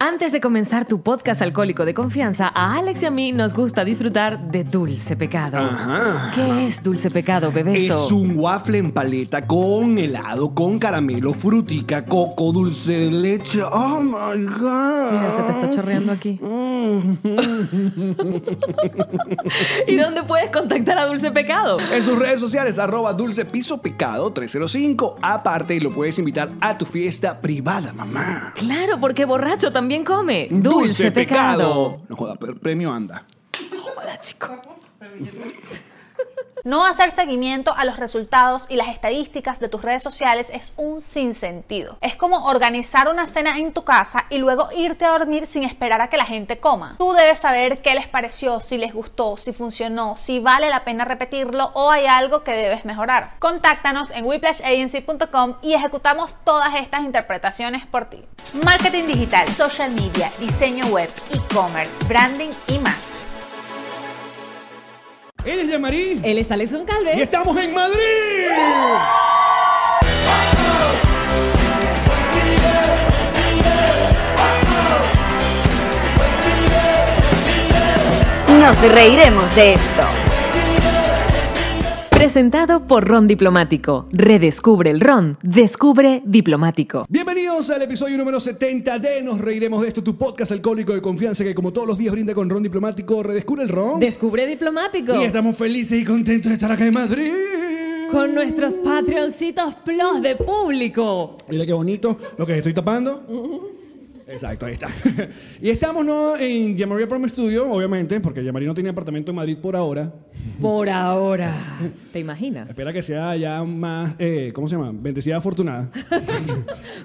Antes de comenzar tu podcast alcohólico de confianza, a Alex y a mí nos gusta disfrutar de Dulce Pecado. Ajá. ¿Qué es Dulce Pecado, bebeso? Es un waffle en paleta con helado, con caramelo, frutica, coco, dulce de leche. Oh my God. Mm. Mira, se te está chorreando aquí. ¿Y dónde puedes contactar a Dulce Pecado? En sus redes sociales, arroba dulce piso pecado 305. Aparte, lo puedes invitar a tu fiesta privada, mamá. Claro, porque borracho también come. Dulce, pecado. No joda, per- premio anda. Joda, chico. No hacer seguimiento a los resultados y las estadísticas de tus redes sociales es un sinsentido. Es como organizar una cena en tu casa y luego irte a dormir sin esperar a que la gente coma. Tú debes saber qué les pareció, si les gustó, si funcionó, si vale la pena repetirlo o hay algo que debes mejorar. Contáctanos en whiplashagency.com y ejecutamos todas estas interpretaciones por ti. Marketing digital, social media, diseño web, e-commerce, branding y más. Él es Yamarí Él es Alex y Goncalves. estamos en Madrid. Nos reiremos de esto. Presentado por Ron Diplomático. Redescubre el Ron. Descubre Diplomático. Bienvenidos al episodio número 70 de Nos Reiremos de esto, tu podcast alcohólico de confianza que como todos los días brinda con Ron Diplomático, redescubre el Ron. Descubre Diplomático. Y estamos felices y contentos de estar acá en Madrid. Con nuestros Patreoncitos Plus de público. Mira qué bonito lo que estoy tapando. Exacto, ahí está. y estamos no en Yamaria Prime Studio, obviamente, porque Yamari no tiene apartamento en Madrid por ahora. Por ahora. ¿Te imaginas? Espera que sea ya más, eh, ¿cómo se llama? Bendecida afortunada.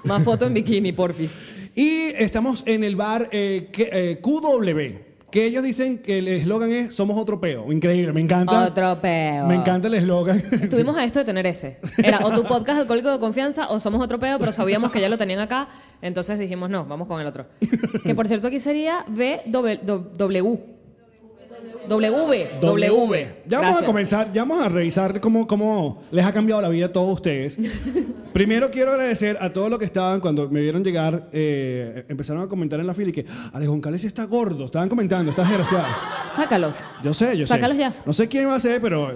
Más foto en bikini, porfis. y estamos en el bar eh, que- eh, QW, que ellos dicen que el eslogan es Somos otro peo. Increíble, me encanta. Otro peo. Me encanta el eslogan. Estuvimos a esto de tener ese. Era o tu podcast alcohólico de confianza o somos otro pedo, pero sabíamos que ya lo tenían acá, entonces dijimos no, vamos con el otro. Que por cierto aquí sería BW. W. W. Ya vamos a Gracias. comenzar, ya vamos a revisar cómo, cómo les ha cambiado la vida a todos ustedes. Primero quiero agradecer a todos los que estaban cuando me vieron llegar, eh, empezaron a comentar en la fila y que Alex Goncalves está gordo, estaban comentando, está desgraciado. Sácalos. Yo sé, yo sé. Sácalos ya. No sé quién va a ser, pero...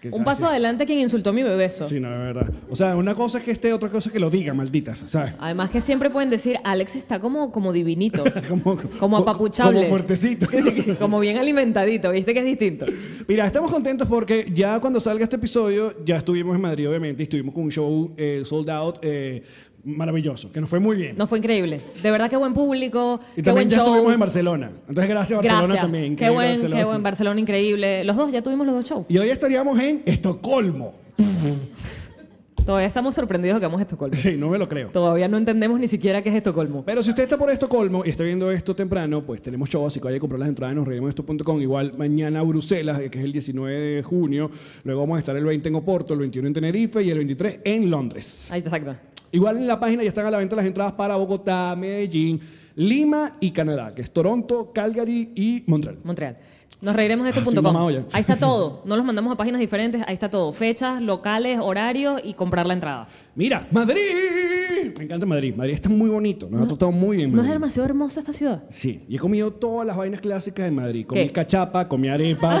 que Un está paso así. adelante quien insultó a mi bebeso. Sí, no, la verdad. O sea, una cosa es que esté, otra cosa es que lo diga, malditas, ¿sabes? Además que siempre pueden decir, Alex está como, como divinito. Como, Como apapuchable. Como fuertecito. Sí, como bien alimentadito, ¿viste que es distinto? Mira, estamos contentos porque ya cuando salga este episodio, ya estuvimos en Madrid, obviamente, y estuvimos con un show eh, sold out eh, maravilloso, que nos fue muy bien. No fue increíble. De verdad, qué buen público, y qué buen también ya show. estuvimos en Barcelona. Entonces, gracias, Barcelona Gracias. también. Qué increíble buen, Barcelona. qué buen Barcelona, increíble. Los dos, ya tuvimos los dos shows. Y hoy estaríamos en Estocolmo. Todavía estamos sorprendidos de que vamos a Estocolmo. Sí, no me lo creo. Todavía no entendemos ni siquiera qué es Estocolmo. Pero si usted está por Estocolmo y está viendo esto temprano, pues tenemos show, así que vaya a comprar las entradas en nosreiremosdeesto.com. Igual mañana a Bruselas, eh, que es el 19 de junio. Luego vamos a estar el 20 en Oporto, el 21 en Tenerife y el 23 en Londres. Ahí está, exacto. Igual en la página ya están a la venta las entradas para Bogotá, Medellín, Lima y Canadá, que es Toronto, Calgary y Montreal. Montreal. Nos reiremos de Ah, Estoy mamado esto.com. ya. Ahí está todo. No los mandamos a páginas diferentes. Ahí está todo. Fechas, locales, horarios y comprar la entrada. Mira, Madrid. Me encanta Madrid. Madrid está muy bonito. Nos ha tratado muy bien. ¿No es Madrid. demasiado hermosa esta ciudad? Sí, y he comido todas las vainas clásicas en Madrid. Comí ¿Qué? cachapa, comí arepa,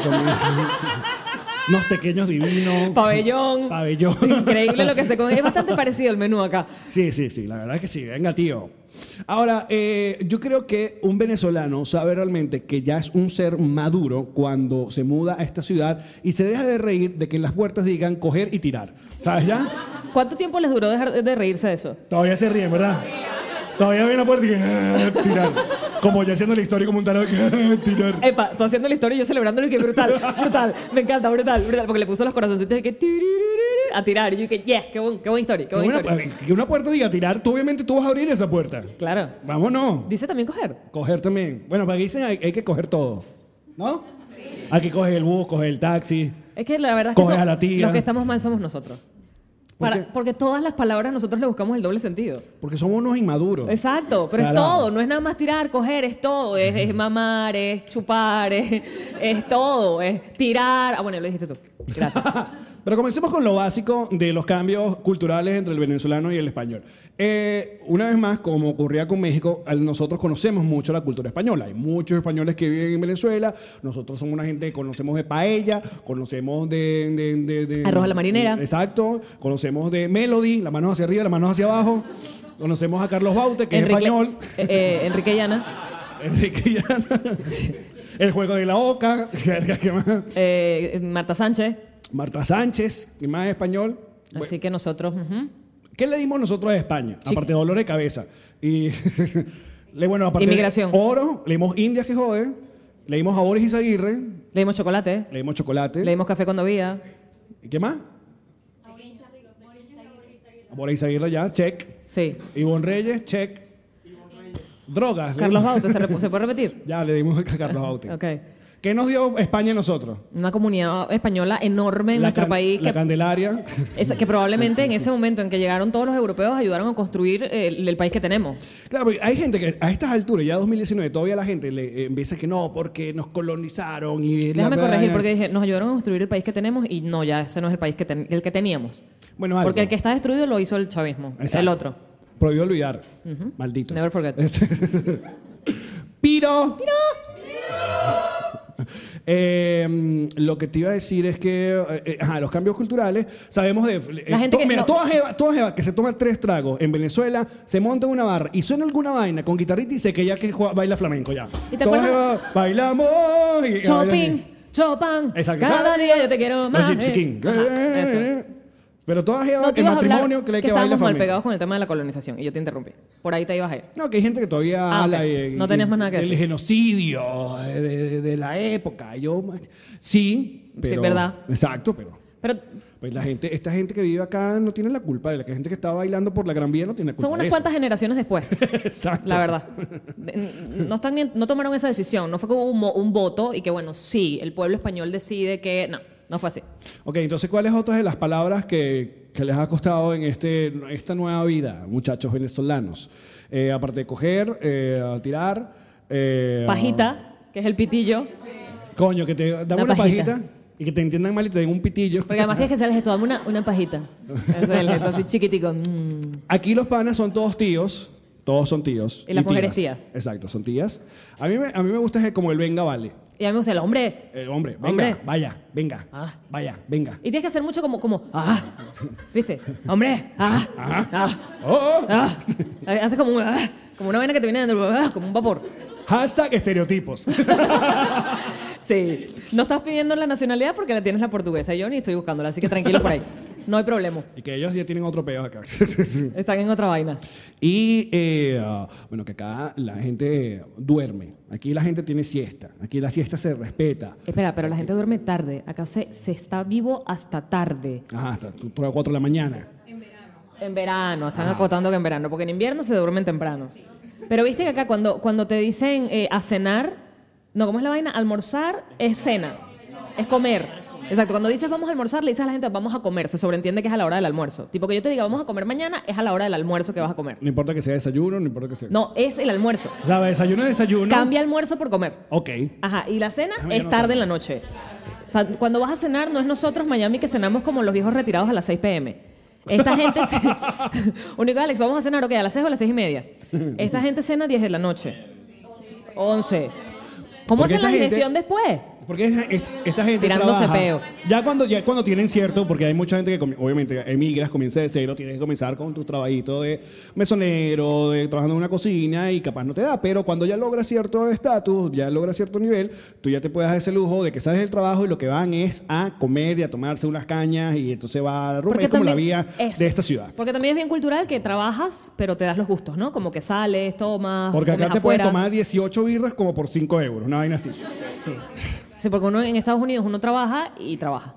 comí unos pequeños divinos. Pabellón. Pabellón. Increíble lo que se come. Es bastante parecido el menú acá. Sí, sí, sí, la verdad es que sí, venga, tío. Ahora, eh, yo creo que un venezolano sabe realmente que ya es un ser maduro cuando se muda a esta ciudad y se deja de reír de que en las puertas digan coger y tirar. ¿Sabes ya? ¿Cuánto tiempo les duró dejar de reírse de eso? Todavía se ríen, ¿verdad? Todavía ven la puerta y que "Ah, tirar. Como ya haciendo la historia como un tarot, que "Ah, tirar. Epa, tú haciendo la historia y yo celebrándolo y que brutal, brutal, me encanta, brutal, brutal. Porque le puso los corazoncitos y que tiririririr a tirar. Y yo que, yes, qué, buen, qué buena historia, qué Que buena una, historia. que una puerta diga tirar, tú obviamente tú vas a abrir esa puerta. Claro. Vámonos. Dice también coger. Coger también. Bueno, para que dicen hay, hay que coger todo, ¿no? Hay que coger el bus, coger el taxi. Es que la verdad es que Coge so- a la tía. los que estamos mal somos nosotros. ¿Por Para- qué? porque todas las palabras nosotros le buscamos el doble sentido. Porque somos unos inmaduros. Exacto, pero Claro. es todo, no es nada más tirar, coger, es todo, es, es mamar, es chupar, es, es todo, es tirar. Ah, bueno, lo dijiste tú. Gracias. Pero comencemos con lo básico de los cambios culturales entre el venezolano y el español. Eh, una vez más, como ocurría con México, al- nosotros conocemos mucho la cultura española. Hay muchos españoles que viven en Venezuela. Nosotros somos una gente que conocemos de paella, conocemos de... de- de- de- Arroz a la marinera. Exacto. Conocemos de Melody, las manos hacia arriba, las manos hacia abajo. Conocemos a Carlos Baute, que es Enrique, español. eh, eh, Enrique Llana. Enrique Llana. El juego de la oca. ¿Qué más? eh, Marta Sánchez. Marta Sánchez, que más es español. Así que nosotros. ujú. ¿Qué le dimos nosotros a España? Sí. Aparte de dolor de cabeza. Y le, bueno, aparte Inmigración. de oro, le dimos Indias que jode, le dimos a Boris Izaguirre, Le dimos chocolate. le dimos chocolate. Le dimos café cuando había. ¿Y qué más? Boris Izaguirre ya, check. Sí. Ivonne Reyes, check. Drogas. le Carlos dimos- Baute, ¿se, re- se puede repetir? Ya, le dimos a Carlos Baute. Ok. ¿Qué nos dio España a nosotros? Una comunidad española enorme en La nuestro can- país La que, Candelaria. esa- que probablemente en ese momento en que llegaron todos los europeos ayudaron a construir eh, el, el país que tenemos. Claro, porque hay gente que a estas alturas, ya 2019, todavía la gente le eh, empieza que no, porque nos colonizaron y... la- Déjame corregir la- porque dije, nos ayudaron a construir el país que tenemos y no, ya ese no es el país que, ten- el que teníamos. Bueno, algo. Porque el que está destruido lo hizo el chavismo, Exacto. el otro. Prohibió olvidar. Maldito. Never forget. Piro. Eh, mm, lo que te iba a decir es que eh, eh, ajá, los cambios culturales sabemos de eh, La gente to- que- mira, no. toda jeva- toda jeva que se toma tres tragos en Venezuela se monta en una barra y suena alguna vaina con guitarrita y se que ya que juega- baila flamenco ya ¿Y te Toda acuerdas? jeva, bailamos y- y Chopin, bailan- Chopin, Exacto. cada día yo te quiero Los más. Gypsy Eh, King. Ajá, eso. pero toda jeva No, te en ibas a hablar matrimonio cree que que, baila estábamos mal flamenco pegados con el tema de la colonización y yo te interrumpí. Por ahí te ibas a ir. No, que hay gente que todavía Ah, habla ok. de- No tenías más nada que del decir. genocidio eh, de, de- de la época. Yo, ma- sí, Sí, pero, ¿verdad? Exacto, pero Pero pues la gente, esta gente que vive acá no tiene la culpa de la que gente que está bailando por la Gran Vía no tiene la culpa. son unas de eso. cuantas generaciones después. Exacto. La verdad. No, están ni- no tomaron esa decisión. No fue como un, mo- un voto y que, bueno, sí, el pueblo español decide que. No, no fue así. Ok, entonces, ¿cuáles otras de las palabras que, que les ha costado en este, esta nueva vida, muchachos venezolanos? Eh, aparte de coger, eh, tirar. eh, Pajita, que es el pitillo. Coño, que te dame Una una pajita. pajita. y que te entiendan mal y te den un pitillo. Porque además tienes que hacer el gesto, dame una, una pajita. Es el gesto así chiquitico. mm. Aquí los panas son todos tíos. Todos son tíos. Y las mujeres tías. Exacto, son tías. A mí me, a mí me gusta ese- como el venga, vale. Y a mí me gusta el hombre. El hombre, venga, Hombre. vaya, venga, Ah. vaya, venga. Y tienes que hacer mucho como, como, ah, ¿viste? Hombre, ah, ah, Oh, oh. ah. Haces como, un, ah, como una vena que te viene dando, ah, como un vapor. Hashtag estereotipos. Sí. No estás pidiendo la nacionalidad porque la tienes la portuguesa. Yo ni estoy buscándola, así que tranquilo por ahí. No hay problema. y que ellos ya tienen otro peo acá. Están en otra vaina. y eh, ah, bueno, que acá la gente duerme. Aquí la gente tiene siesta. Aquí la siesta se respeta. Espera, pero la gente duerme tarde. Acá se, se está vivo hasta tarde. Ajá, hasta 3 o 4 de la mañana. En verano, están acotando que en verano, porque en invierno se duermen temprano. Pero viste que acá cuando, cuando te dicen eh, a cenar, no, ¿cómo es la vaina? Almorzar es cena, es comer. Exacto, cuando dices vamos a almorzar, le dices a la gente vamos a comer, se sobreentiende que es a la hora del almuerzo. Tipo que yo te diga vamos a comer mañana, es a la hora del almuerzo que vas a comer. No importa que sea desayuno, no importa que sea. No, es el almuerzo. O sea, desayuno es desayuno. Cambia almuerzo por comer. Ok. Ajá, y la cena Déjame es anotar. tarde en la noche. O sea, cuando vas a cenar, no es nosotros Miami que cenamos como los viejos retirados a las 6 pm. Esta gente. se- Único, Alex, vamos a cenar, ok, a las 6 o a las 6 y media. Esta gente cena 10 de la noche. 11. ¿Cómo Porque hacen la esta gente- digestión después? Porque esa- est- esta gente Tirándose trabaja. peo. Ya cuando, ya cuando tienen cierto, porque hay mucha gente que comi- obviamente emigras, comienza de cero, tienes que comenzar con tus trabajitos de mesonero, de trabajando en una cocina y capaz no te da. Pero cuando ya logras cierto estatus, ya logras cierto nivel, tú ya te puedes dar ese lujo de que sales del trabajo y lo que van es a comer y a tomarse unas cañas y entonces va a rumba. Porque Es como la también- vida eso. de esta ciudad. Porque también es bien cultural que trabajas, pero te das los gustos, ¿no? Como que sales, tomas. Porque acá comes te puedes afuera. tomar 18 birras como por 5 euros, una vaina así. Sí. Sí, porque uno en Estados Unidos uno trabaja y trabaja.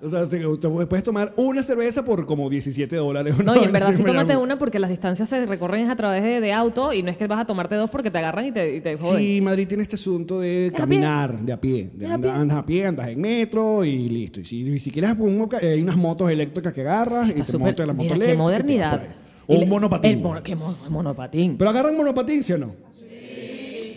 O sea, si- te puedes tomar una cerveza por como 17 dólares. No, y en verdad si sí tómate una porque las distancias se recorren es a través de, de auto y no es que vas a tomarte dos porque te agarran y te, y te joden. Sí, Madrid tiene este asunto de a caminar de a pie. De Es a anda- pie. andas a pie, andas en metro y listo. Y si, y si quieres, pon un- eh, hay unas motos eléctricas que agarras Sí, y está te súper- montas en la moto Mira, eléctrica. qué y te vas modernidad. por ahí. O Y le- un monopatín. el mono- qué mo- monopatín. Pero agarran monopatín, ¿sí o no?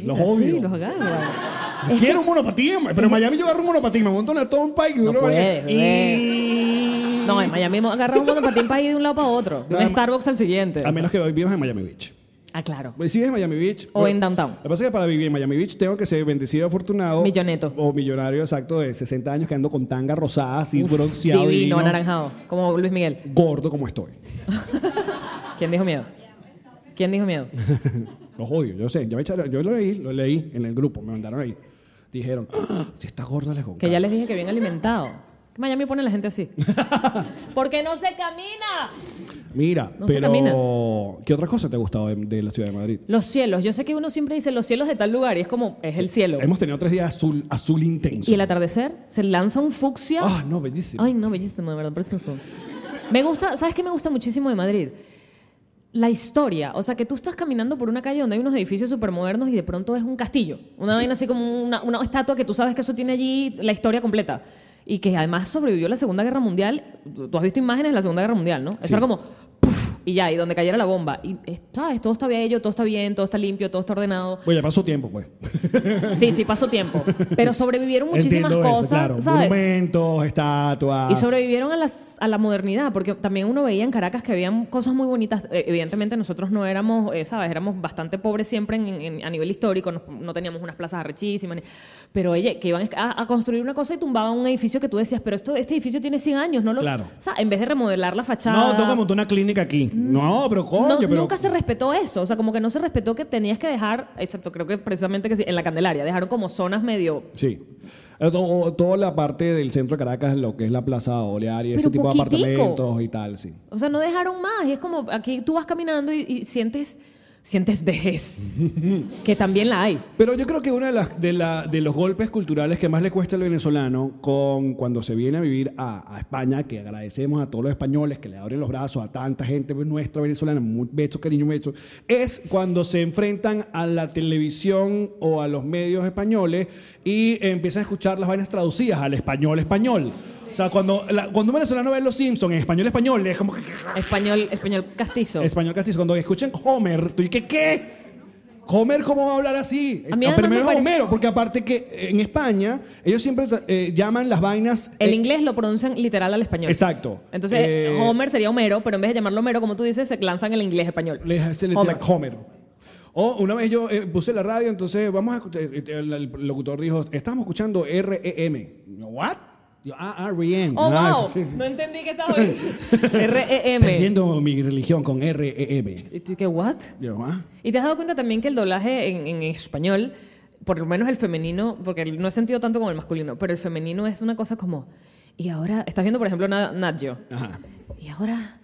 Los Mira, obvios. Sí, los agarran. Es Quiero un monopatín, pero en Miami yo agarro un monopatín, me monto una tompa y duro No varias- puedes, y... No, en Miami agarras un monopatín para ir de un lado para otro. De No, un en- Starbucks al siguiente. A menos que vivas en Miami Beach. Ah, claro. Pues Si vives en Miami Beach. O en downtown. Lo que pasa es que para vivir en Miami Beach tengo que ser bendecido, afortunado. Milloneto. O millonario, exacto, de 60 años que ando con tanga rosada, así bronceado. Divino, divino, anaranjado. Como Luis Miguel. Gordo como estoy. ¿Quién dijo miedo? ¿Quién dijo miedo? Los odio, yo sé. Yo, me echaron- yo lo leí, lo leí en el grupo, me mandaron ahí. Dijeron, "Ah, si estás gordo, les Que ya les dije que bien alimentado. Que Miami pone a la gente así. Porque no se camina. Mira, No se pero camina. ¿qué otra cosa te ha gustado de, de la ciudad de Madrid? Los cielos. Yo sé que uno siempre dice los cielos de tal lugar y es como, es el cielo. Hemos tenido tres días azul, azul intenso. Y el atardecer se lanza un fucsia. Ah, no, bellísimo. Ay, no, bellísimo, de verdad, precioso. Me gusta, ¿sabes qué me gusta muchísimo de Madrid? La historia. O sea, que tú estás caminando por una calle donde hay unos edificios supermodernos y de pronto es un castillo. Una vaina así como una, una estatua que tú sabes que eso tiene allí la historia completa. Y que además sobrevivió la Segunda Guerra Mundial. Tú tú has visto imágenes de la Segunda Guerra Mundial, ¿no? Eso Sí. era como ¡puf! y ya, y donde cayera la bomba. Y está, todo está bello, todo está bien, todo está limpio, todo está ordenado. Oye, pasó tiempo, pues. Sí, sí, pasó tiempo. Pero sobrevivieron muchísimas Entiendo cosas, eso, claro. ¿sabes? Monumentos, estatuas. Y sobrevivieron a, las- a la modernidad, porque también uno veía en Caracas que habían cosas muy bonitas. Eh, evidentemente nosotros no éramos, eh, ¿sabes? Éramos bastante pobres siempre en- en- a nivel histórico, no, no teníamos unas plazas arrechísimas. ni- Pero oye, que iban a, a construir una cosa y tumbaban un edificio que tú decías, pero esto, este edificio tiene 100 años, ¿no? Lo, Claro. O sea, en vez de remodelar la fachada... No, tengo que montar una clínica aquí. No, pero coño, Mm. No, pero... Nunca se respetó eso, o sea, como que no se respetó que tenías que dejar, excepto creo que precisamente que sí, en la Candelaria, dejaron como zonas medio Sí. Eh, to- toda la parte del centro de Caracas, lo que es la Plaza Olearia, Pero ese tipo poquitico. de apartamentos y tal, sí. O sea, no dejaron más. Y es como aquí tú vas caminando y, y sientes, sientes vejez, que también la hay. Pero yo creo que uno de, las- de, la- de los golpes culturales que más le cuesta al venezolano con cuando se viene a vivir a, a España, que agradecemos a todos los españoles que le abren los brazos a tanta gente nuestra venezolana, mucho besos, cariño, besos, es cuando se enfrentan a la televisión o a los medios españoles y empiezan a escuchar las vainas traducidas al español español. O sea, cuando, la- cuando un venezolano ve Los Simpsons en español español, es como que... Español, español castizo. Español castizo. Cuando escuchan Homer, tú dices, ¿qué? ¿Homer cómo va a hablar así? A mí Eh, además Primero me es parece- Homero, porque aparte que eh, en España ellos siempre eh, llaman las vainas... El eh, inglés lo pronuncian literal al español. Exacto. Entonces, Eh, Homer sería Homero, pero en vez de llamarlo Homero, como tú dices, se lanzan el inglés español. le- se le tira- Homer. Homer. O una vez yo eh, puse la radio, entonces vamos a escuchar- eh, El, el locutor dijo, estamos escuchando REM. Yo, ¿What? Yo, ah, REM. Oh, Ah, wow. sí, sí, sí. No E entendí que estaba bien. R-E-M. Perdiendo mi religión con REM. Y tú, ¿qué? ¿What? Yo, ah. Y te has dado cuenta también que el doblaje en, en español, por lo menos el femenino, porque no he sentido tanto como el masculino, pero el femenino es una cosa como, y ahora, estás viendo por ejemplo Na- Nat Geo. Ajá. y ahora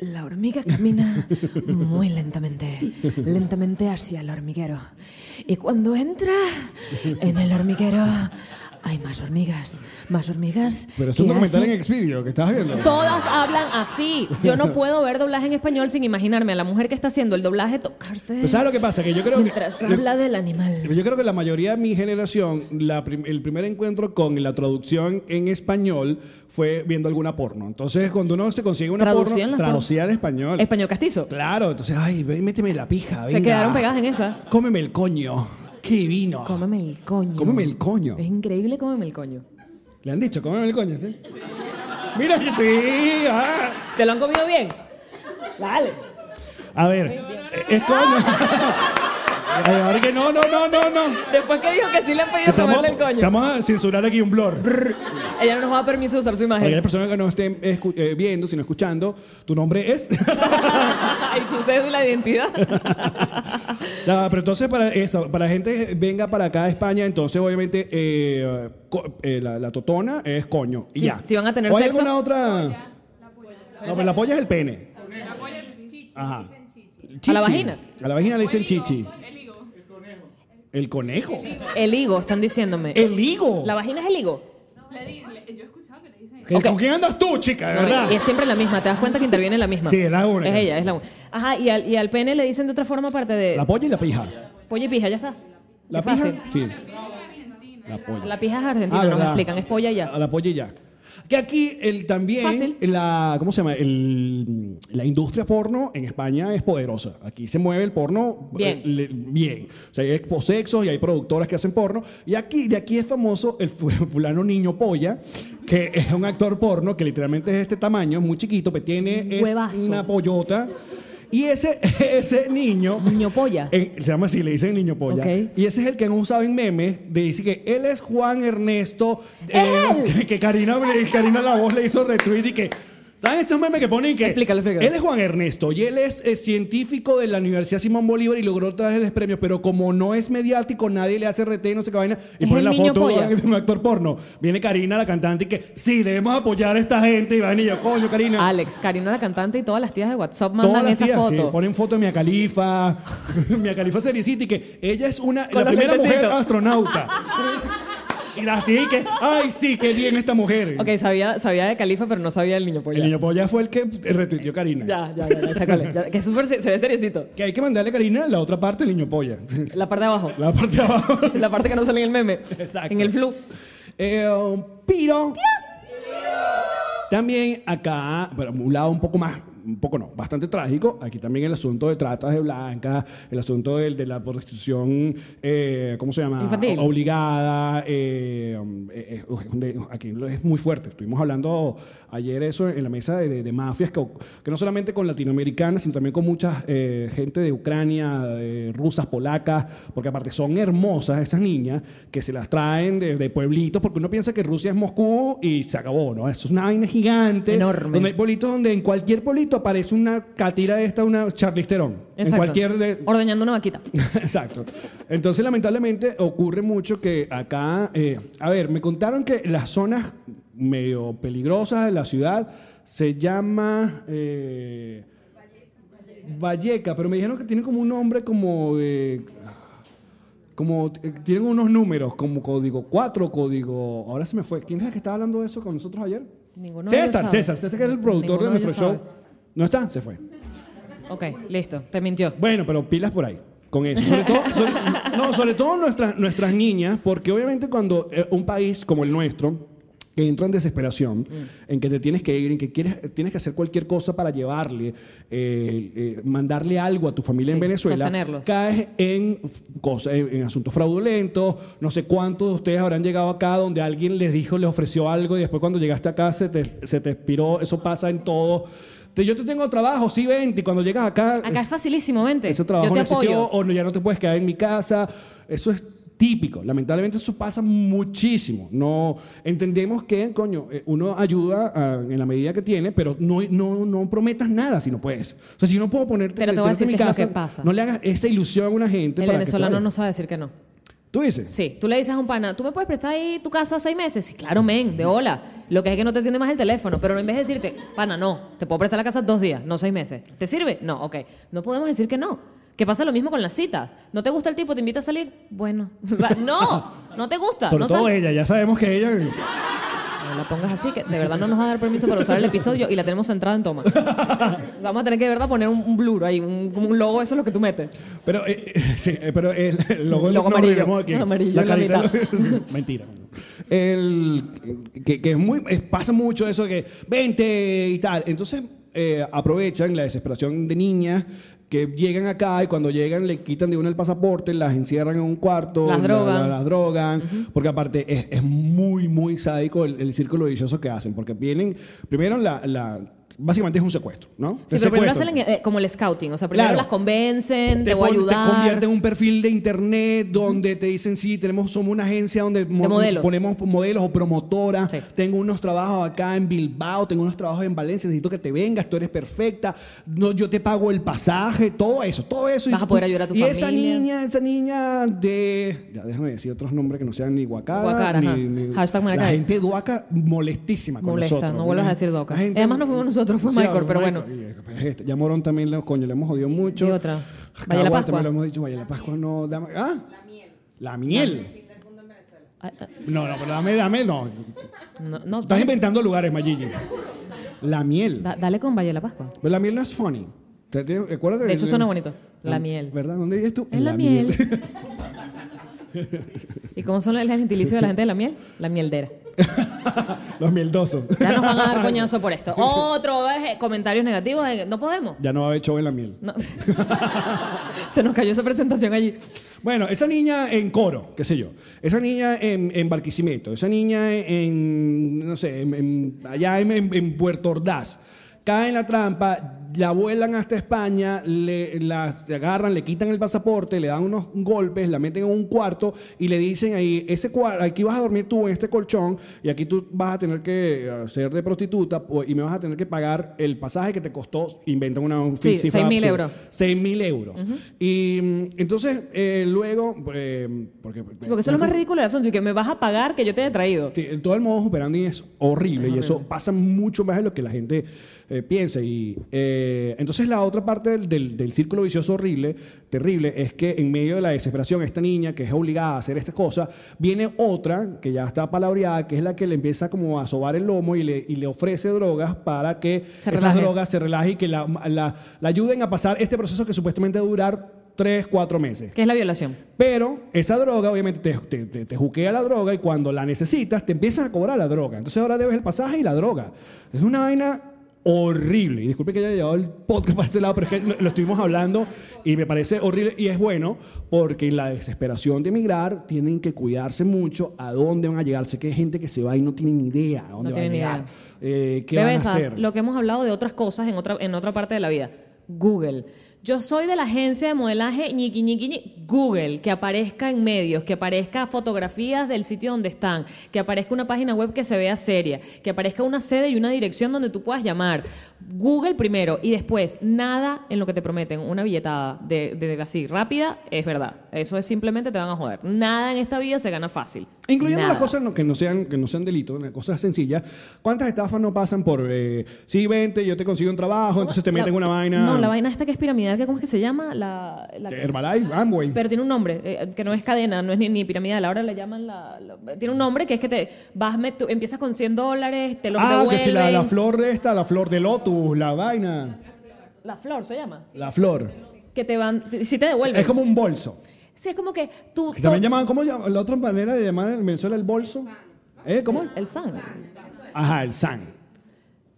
la hormiga camina muy lentamente, lentamente hacia el hormiguero. Y cuando entra en el hormiguero, hay más hormigas, más hormigas. Pero es un que documental hacen- en Expedia que estabas viendo. Todas hablan así. Yo no puedo ver doblaje en español sin imaginarme a la mujer que está haciendo el doblaje tocarte. Pero Pues, ¿Sabes lo que pasa? Que yo creo que... Mientras yo- habla del animal. Yo creo que la mayoría de mi generación, la prim- el primer encuentro con la traducción en español fue viendo alguna porno. Entonces, cuando uno se consigue una Traducían porno, las traducía al español. Español castizo. Claro, entonces, ay, ve, méteme la pija, Se venga. quedaron pegadas en esa. Cómeme el coño. Qué divino. Cómeme el coño. Cómeme el coño. Es increíble cómeme el coño. Le han dicho, cómeme el coño, ¿sí? Mira que sí. ah. ¿Te lo han comido bien? Dale. A ver, eh, es coño. Ay, ahora que no, no, no, no, no. Después que dijo que sí le han pedido tomarle el coño. Vamos a censurar aquí un blur. Ella no nos va a dar permiso de usar su Para que las imagen. personas que no estén escu- eh, viendo, sino escuchando, tu nombre es. y tu cédula de identidad. Ya, pero entonces, para eso, para gente que venga para acá a España, entonces obviamente eh, co- eh, la, la totona es coño. Y Sí, ya. si van a tener ¿O hay sexo- alguna otra? No, pero la polla es el pene. La polla es el Ajá. Chichi. ¿A la vagina? A la vagina le dicen chichi. El conejo. El conejo. el higo, están diciéndome. El higo. ¿La vagina es el higo? ¿Con Ok. quién andas tú, chica? De No, verdad. y es siempre la misma. Te das cuenta que interviene la misma. Sí, es la única. Es ella, es la única. Ajá, y al, y al pene le dicen de otra forma aparte de... La polla y la pija. Polla y pija, ya está. ¿La Qué pija? fácil. Sí. La polla. La pija es argentina, Ah, nos ¿verdad? explican. Es polla y ya. A la polla y ya. Que aquí el, también Fácil. la ¿cómo se llama? El- la industria porno en España es poderosa. Aquí se mueve el porno Bien. eh, le- bien. O sea, hay exposexos y hay productoras que hacen porno. Y aquí, de aquí es famoso el fu- fulano niño polla, que es un actor porno que literalmente es de este tamaño, es muy chiquito, pero tiene es Huevazo. una pollota. Y ese, ese niño. Niño polla. Eh, se llama así, le dicen niño polla. Ok. Y ese es el que han usado en memes. De dice que él es Juan Ernesto. eh, Que, que Karina, le- Karina La Voz le hizo retweet y que. ¿Saben esos memes que ponen que? Explícalo, explícalo. Él es Juan Ernesto y él es eh, científico de la Universidad Simón Bolívar y logró traerles premios, pero como no es mediático, nadie le hace RT y no sé qué vaina. Y Es ponen el la niño foto polla. de un actor porno. Viene Karina, la cantante, y que sí, debemos apoyar a esta gente. Y vaina y yo, coño, Karina. Alex, Karina la cantante y todas las tías de WhatsApp Todas mandan las esa tías, sí, foto. ponen foto de Mia Califa, Mia Califa Sericity, que ella es una, Con la los primera mujer lentecitos. astronauta. y las tías y que, ay, sí, qué bien esta mujer. Ok, sabía, sabía de Califa, pero no sabía del niño polla. El niño polla fue el que retuiteó Karina. Ya, ya, ya, ya, sé cuál es. Ya, que es súper se se ve seriecito. Que hay que mandarle a Karina la otra parte del niño polla. La parte de abajo. la parte de abajo. La parte que no sale en el meme. Exacto. En el flu. Eh, um, piro. También acá, pero un lado un poco más, un poco no, bastante trágico. Aquí también el asunto de tratas de blancas, el asunto del- de, la prostitución, eh, ¿cómo se llama? Infantil. O- obligada. eh, um, eh, eh, uy, de- aquí lo- es muy fuerte. Estuvimos hablando ayer eso en la mesa de, de- de mafias, que, que no solamente con latinoamericanas, sino también con mucha gente de Ucrania, de rusas, polacas, porque aparte son hermosas esas niñas que se las traen de, de pueblitos, porque uno piensa que Rusia es Moscú y se acabó, ¿no? Eso es una vaina gigante. Enorme. Donde hay pueblitos donde en cualquier pueblito aparece una catira esta, una charlisterón. En Exacto. cualquier de- Ordeñando una vaquita. Exacto. Entonces, lamentablemente, ocurre mucho que acá. eh, a ver, me contaron que las zonas medio peligrosas de la ciudad se llama. eh, Valleca, pero me dijeron que tiene como un nombre como. de- como eh, tienen unos números, como código 4, código. Ahora se me fue. ¿Quién es la que estaba hablando de eso con nosotros ayer? Ninguno de ellos César, sabe. César, César que es el productor Ninguno de de nuestro show. ellos ¿No está? Se fue. Ok, listo. Te mintió. Bueno, pero pilas por ahí. Con eso. Sobre todo, sobre- no, sobre todo nuestras, nuestras niñas, porque obviamente cuando eh, un país como el nuestro que entra en desesperación, Mm. en que te tienes que ir, en que quieres, tienes que hacer cualquier cosa para llevarle, eh, eh, mandarle algo a tu familia en Sí, Venezuela, sostenerlos. caes en, f- cosas, en, en asuntos fraudulentos, no sé cuántos de ustedes habrán llegado acá donde alguien les dijo, les ofreció algo y después cuando llegaste acá se te, se te expiró, eso pasa en todo. Te- Yo te tengo trabajo, sí, 20, y cuando llegas acá... Acá es facilísimo, vente. Ese trabajo Yo te no apoyo. existió o no- ya no te puedes quedar en mi casa. Eso es típico. Lamentablemente eso pasa muchísimo. No entendemos que, coño, eh, uno ayuda ah, en la medida que tiene, pero no, no, no prometas nada si no puedes. O sea, si no puedo ponerte Pero te voy a meterte decir en mi qué es lo casa, que pasa. No le hagas esa ilusión a una gente. El para que te venezolano vaya. no sabe decir que no. ¿Tú dices? Sí, tú le dices a un pana, ¿tú me puedes prestar ahí tu casa seis meses? Sí, claro, men, de hola. Lo que es que no te atiende más el teléfono, pero en vez de decirte, pana, no, te puedo prestar la casa dos días, no seis meses. ¿Te sirve? No, ok. No podemos decir que no. Que pasa lo mismo con las citas. ¿No te gusta el tipo? ¿Te invita a salir? Bueno. O sea, no, no te gusta. Sobre no todo sal- ella, ya sabemos que ella... No la pongas así, que de verdad no nos va a dar permiso para usar el episodio y la tenemos centrada en toma. O sea, vamos a tener que de verdad poner un, un blur ahí, un, como un logo, eso es lo que tú metes. Pero, eh, eh, sí, eh, pero el, el logo, Logo no amarillo. reiremos aquí. Amarillo La en la carita. mitad. Sí, Mentira. El, que, que es muy, es- pasa mucho eso que vente y tal. Entonces eh, aprovechan la desesperación de niñas que llegan acá y cuando llegan le quitan de una el pasaporte, las encierran en un cuarto, Las la- drogan. la- las drogan, porque aparte es, es muy, muy sádico el, el círculo vicioso que hacen, porque vienen, primero la, la- básicamente es un secuestro, ¿no? Sí, El pero primero secuestro. hacen eh, como el scouting, o sea, primero Claro. las convencen, te, voy a pon- ayudar. Te convierte en un perfil de internet donde te dicen, sí, tenemos, somos una agencia donde mo- modelos. ponemos modelos o promotoras. Sí. Tengo unos trabajos acá en Bilbao, tengo unos trabajos en Valencia, necesito que te vengas, tú eres perfecta, no, yo te pago el pasaje, todo eso, todo eso. Vas a poder ayudar a tu y esa familia. niña, esa niña de... Ya déjame decir otros nombres que no sean ni Guacara, Guacara, ni, ajá. ni- Hashtag La Maracay. gente de Duaca molestísima con Molesta, nosotros. no vuelvas a Una- decir Doca. la gente- Además no fuimos nosotros, fue Michael, pero bueno. y- pero es este, ya Morón también, le- coño, le hemos jodido mucho. y otra. Cada Valle la vuelta Pascua. me lo hemos dicho, Valle la Pascua no. Dame, ¿Ah? La miel. Ah, ah, No, no, pero dame, dame, no. No, no, Estás dale, inventando lugares, Mayilli. La miel. da- dale con Valle de la Pascua. Pero la miel no es funny. Te- te- acuérdate De hecho, del- suena bonito. La miel. ¿Verdad? ¿Dónde vives tú? Es la, miel. ¿Y cómo son el gentilicio de la gente de la miel? La mieldera. Los mieldosos. Ya nos van a dar coñazo por esto. Otro vez, eh, comentarios negativos. eh, no podemos. Ya no va a haber show en la miel. No. Se nos cayó esa presentación allí. Bueno, esa niña en Coro, qué sé yo. Esa niña en, en Barquisimeto. Esa niña en, no sé, en- en- allá en, en- en Puerto Ordaz. Cae en la trampa, la vuelan hasta España, le, la agarran, le quitan el pasaporte, le dan unos golpes, la meten en un cuarto y le dicen ahí, ese cuar- aquí vas a dormir tú en este colchón y aquí tú vas a tener que eh, ser de prostituta po- y me vas a tener que pagar el pasaje que te costó, inventan una un- Sí, cifra 6.000 absurda. euros. 6 mil euros. Y mm, entonces, eh, luego, eh, porque, Sí, porque eso es lo más ridículo del asunto. Y que me vas a pagar que yo te haya traído. Sí, todo el modo operandi es horrible y eso pasa mucho más de lo que la gente eh, piensa. Y eh, entonces la otra parte del, del- del círculo vicioso horrible, terrible, es que en medio de la desesperación esta niña que es obligada a hacer estas cosas, viene otra que ya está palabreada, que es la que le empieza como a sobar el lomo y le, y le ofrece drogas para que Se esas relaje. drogas se relaje y que la, la- la ayuden a pasar este proceso que supuestamente va a durar 3, 4 meses. ¿Qué es la violación? Pero esa droga, obviamente, te, te, te- te juquea la droga y cuando la necesitas, te empiezan a cobrar la droga. Entonces ahora debes el pasaje y la droga. Es una vaina horrible. Y disculpe que haya llevado el podcast para ese lado, pero es que lo, lo estuvimos hablando y me parece horrible. Y es bueno porque en la desesperación de emigrar tienen que cuidarse mucho a dónde van a llegar. Sé que hay gente que se va y no tiene ni idea a dónde van a tienen ni llegar. idea. Eh, ¿Qué Bebé, van a ¿sabes? hacer? lo que hemos hablado de otras cosas en otra, en otra parte de la vida. Google. Yo soy de la agencia de modelaje ñiqui, ñiqui, ñi- Google, que aparezca en medios, que aparezca fotografías del sitio donde están, que aparezca una página web que se vea seria, que aparezca una sede y una dirección donde tú puedas llamar. Google primero y después, nada en lo que te prometen, una billetada de, de- de así rápida, es verdad. Eso es simplemente te van a joder. Nada en esta vida se gana fácil. Incluyendo las Nada. cosas no- que no sean que no sean delitos, las cosas sencillas. ¿Cuántas estafas no pasan por eh, sí, vente, yo te consigo un trabajo, entonces te meten La- una vaina? No, la vaina esta que es piramidal, que ¿cómo es que se llama? La, la- Herbalife, Amway. pero tiene un nombre, eh, que no es cadena, no es ni, ni piramidal, ahora le llaman la, la- Tiene un nombre que es que te vas, met- tú empiezas con 100 dólares, te los ah, que devuelven. si la, la flor de esta, la flor de lotus, la vaina, La flor se llama. la flor. Que te van, t- si te devuelven. Es como un bolso. Sí, es como que tú... Que también tú- llamaban, ¿cómo llaman? La otra manera de llamar en Venezuela el bolso. ¿Eh? ¿Cómo? es? El san. Ajá, el san.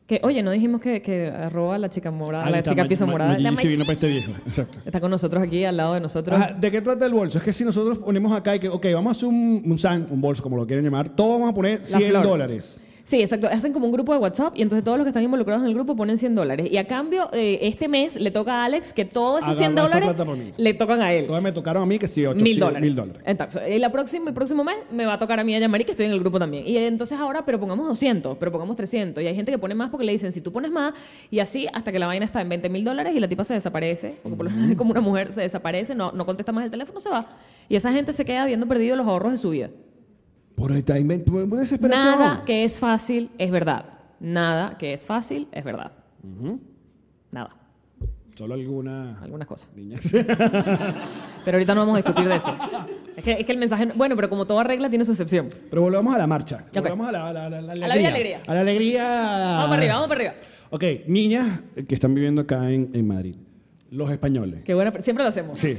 Que, oye, no dijimos que, que arroba la chica morada, Ahí Ah, la está, chica Ma- piso Ma- morada. La Mayili se ma- vino para este viejo. Exacto. Está con nosotros aquí, al lado de nosotros. Ajá, ¿De qué trata el bolso? Es que si nosotros ponemos acá y que, ok, vamos a hacer un, un san, un bolso, como lo quieren llamar, todos vamos a poner La 100 flor. dólares. Sí, exacto. Hacen como un grupo de WhatsApp y entonces todos los que están involucrados en el grupo ponen 100 dólares. Y a cambio, eh, este mes le toca a Alex que todos esos 100 Agarra esa dólares plata por mí. le tocan a él. Todavía me tocaron a mí que sí, 800 Mil dólares. Mil dólares. Entonces, y la próxima, el próximo mes me va a tocar a mí a llamar y que estoy en el grupo también. Y entonces ahora, pero pongamos 200, pero pongamos 300. Y hay gente que pone más porque le dicen, si tú pones más, y así hasta que la vaina está en 20 mil dólares y la tipa se desaparece, porque por lo general como una mujer se desaparece, no, no contesta más el teléfono, se va. Y esa gente se queda habiendo perdido los ahorros de su vida. Por el timing, por por desesperación. Nada que es fácil es verdad. Nada que es fácil es verdad. Nada. Solo alguna. Algunas cosas. Niñas. Pero ahorita no vamos a discutir de eso. Es que, es que el mensaje... no- Bueno, pero como toda regla tiene su excepción. Pero volvamos a la marcha. Ok. Volvamos a la, a la- a la- a la vida alegría. A la alegría. Vamos para arriba, vamos para arriba. Ok, niñas que están viviendo acá en, en Madrid. Los españoles. Qué buena... pre- Siempre lo hacemos. Sí.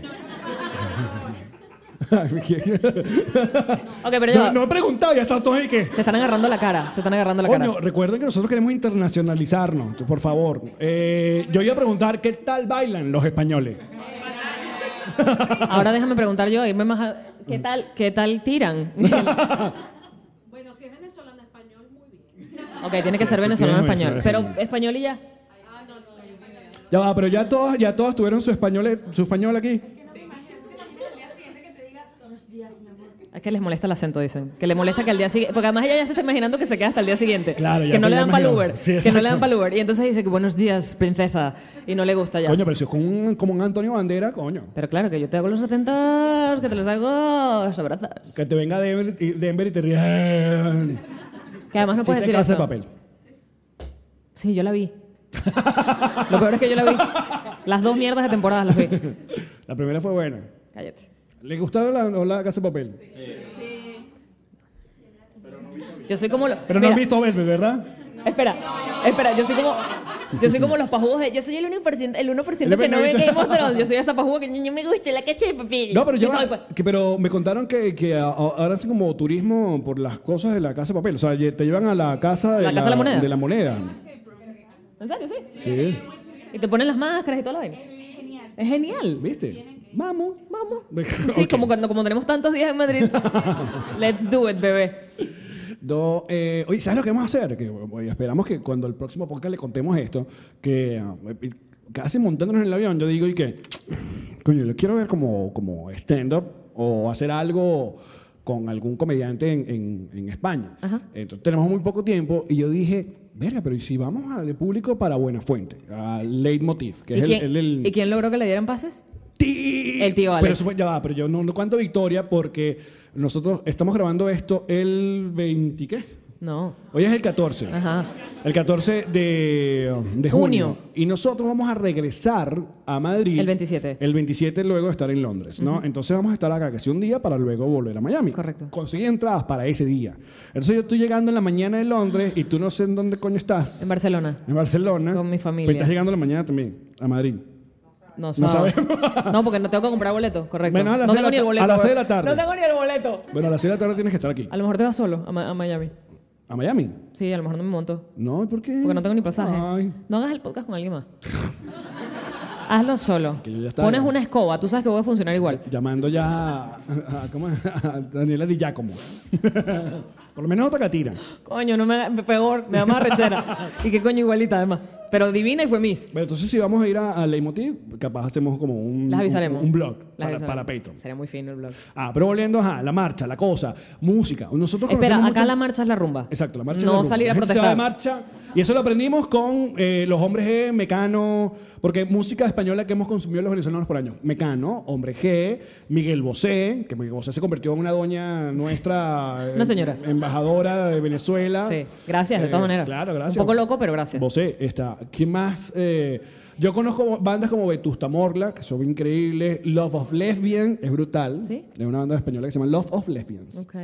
Ok, pero no, ya... no he preguntado, ya está todo ahí que. Se están agarrando la cara. Se están agarrando la cara. Coño, recuerden que nosotros queremos internacionalizarnos, tú, por favor. Eh, yo iba a preguntar qué tal bailan los españoles. Ahora déjame preguntar yo, irme más a... Mm. ¿Qué tal, qué tal tiran? Bueno, si es venezolano español, muy bien. ok, tiene que ser venezolano tiene que español. ser Pero español español. y ya. Ya va, pero ya todas, ya todas tuvieron su español, su español aquí. Es que les molesta el acento, dicen. Que le molesta que al día siguiente. Porque además ella ya se está imaginando que se queda hasta el día siguiente. Claro, ya, que no pues le ya dan para imagino. Uber. Sí, que no le exacto. dan para Uber. Y entonces dice que buenos días, princesa. Y no le gusta ya. Coño, pero si es con un, como un Antonio Bandera, coño. Pero claro, que yo te hago los acentos, que te los hago sabrazas. Que te venga Denver y, Denver y te rían. Que además no puedes decir eso. papel. Sí, yo la vi. Lo peor es que yo la vi. Las dos mierdas de temporadas las vi. La primera fue buena. Cállate. ¿Le gustaba la, o la casa de papel? Yo soy como... lo- Pero no Mira, han visto Velvet, ¿verdad? Espera, espera, yo soy como... Yo soy como los pajudos de. Yo soy el 1%, el 1 El que no ve 1%. Game of Thrones. Yo soy esa pajuda que no me gusta la cacha de papel. No, pero yo. soy, pues, que- pero me contaron que, que a- a- ahora hacen como turismo por las cosas de la casa de papel. O sea, lle- te llevan a la casa de La Casa de la Moneda. de la moneda. pues, ¿En serio? Sí. Sí. Y te ponen las máscaras y toda la vaina. Es genial. Es genial. ¿Viste? Vamos. Vamos. Sí, Ok. como cuando como tenemos tantos días en Madrid. Let's do it, bebé. Do- eh, oye, ¿sabes lo que vamos a hacer? Que, bueno, esperamos que cuando el próximo podcast le contemos esto, que ah, eh, casi montándonos en el avión, yo digo, y que, coño, yo quiero ver como, como stand-up o hacer algo con algún comediante en, en- en España. Entonces tenemos muy poco tiempo y yo dije, verga, pero ¿y si vamos al público para Buenafuente? A Leitmotiv, que ¿Y, es el- quién, el- el- y quién logró que le dieran pases? Ti- El tío Alex. Pero eso fue, ya va, pero yo no, no cuento victoria porque nosotros estamos grabando esto el 20, ¿qué? No. Hoy es el 14. Ajá. El 14 de, de junio. Junio. Y nosotros vamos a regresar a Madrid. El 27. El 27 luego de estar en Londres, ¿no? Entonces vamos a estar acá casi un día para luego volver a Miami. Correcto. Conseguí entradas para ese día. Entonces yo estoy llegando en la mañana de Londres y tú no sé en dónde coño estás. En Barcelona. En Barcelona. Con mi familia. Pero estás llegando en la mañana también a Madrid. No, No sabe. sabemos. No, porque no tengo que comprar boleto, correcto. Bueno, a las no seis tengo de ni el la ta- boleto. a las bro. seis de la tarde. No tengo ni el boleto. Bueno, a las 6 de la tarde tienes que estar aquí. A lo mejor te vas solo a, Ma- a Miami. ¿A Miami? Sí, a lo mejor no me monto. No, ¿por qué? Porque no tengo ni pasaje. Ay. No hagas el podcast con alguien más. Hazlo solo. Que yo ya estaba- Pones una escoba, tú sabes que voy a funcionar igual. Llamando ya a, a- ¿cómo es? a Daniela Di Giacomo. Por lo menos otra catira. Coño, no me hagas- peor, me da más rechera. y qué coño igualita además. Pero divina y fue Miss. Pero entonces si vamos a ir a, a Leitmotiv, capaz hacemos como un, Las avisaremos. un, un blog Las para, avisaremos. para Patreon. Sería muy fino el blog. Ah, pero volviendo a la marcha, la cosa, música. Nosotros Espera, conocemos acá mucho- la marcha es la rumba. Exacto, la marcha. No es la rumba. salir a La gente se va protestar. de marcha. Y eso lo aprendimos con eh, los hombres G, Mecano, porque música española que hemos consumido los venezolanos por años. Mecano, hombre G, Miguel Bosé, que Miguel Bosé se convirtió en una doña nuestra. eh, Una señora. Embajadora de Venezuela. Sí, gracias, de Eh, todas maneras. Claro, gracias. Un poco loco, pero gracias. Bosé está. ¿Quién más? Eh, yo conozco bandas como Vetusta Morla, que son increíbles. Love of Lesbian, es brutal. Sí. Es una banda española que se llama Love of Lesbians. Ok.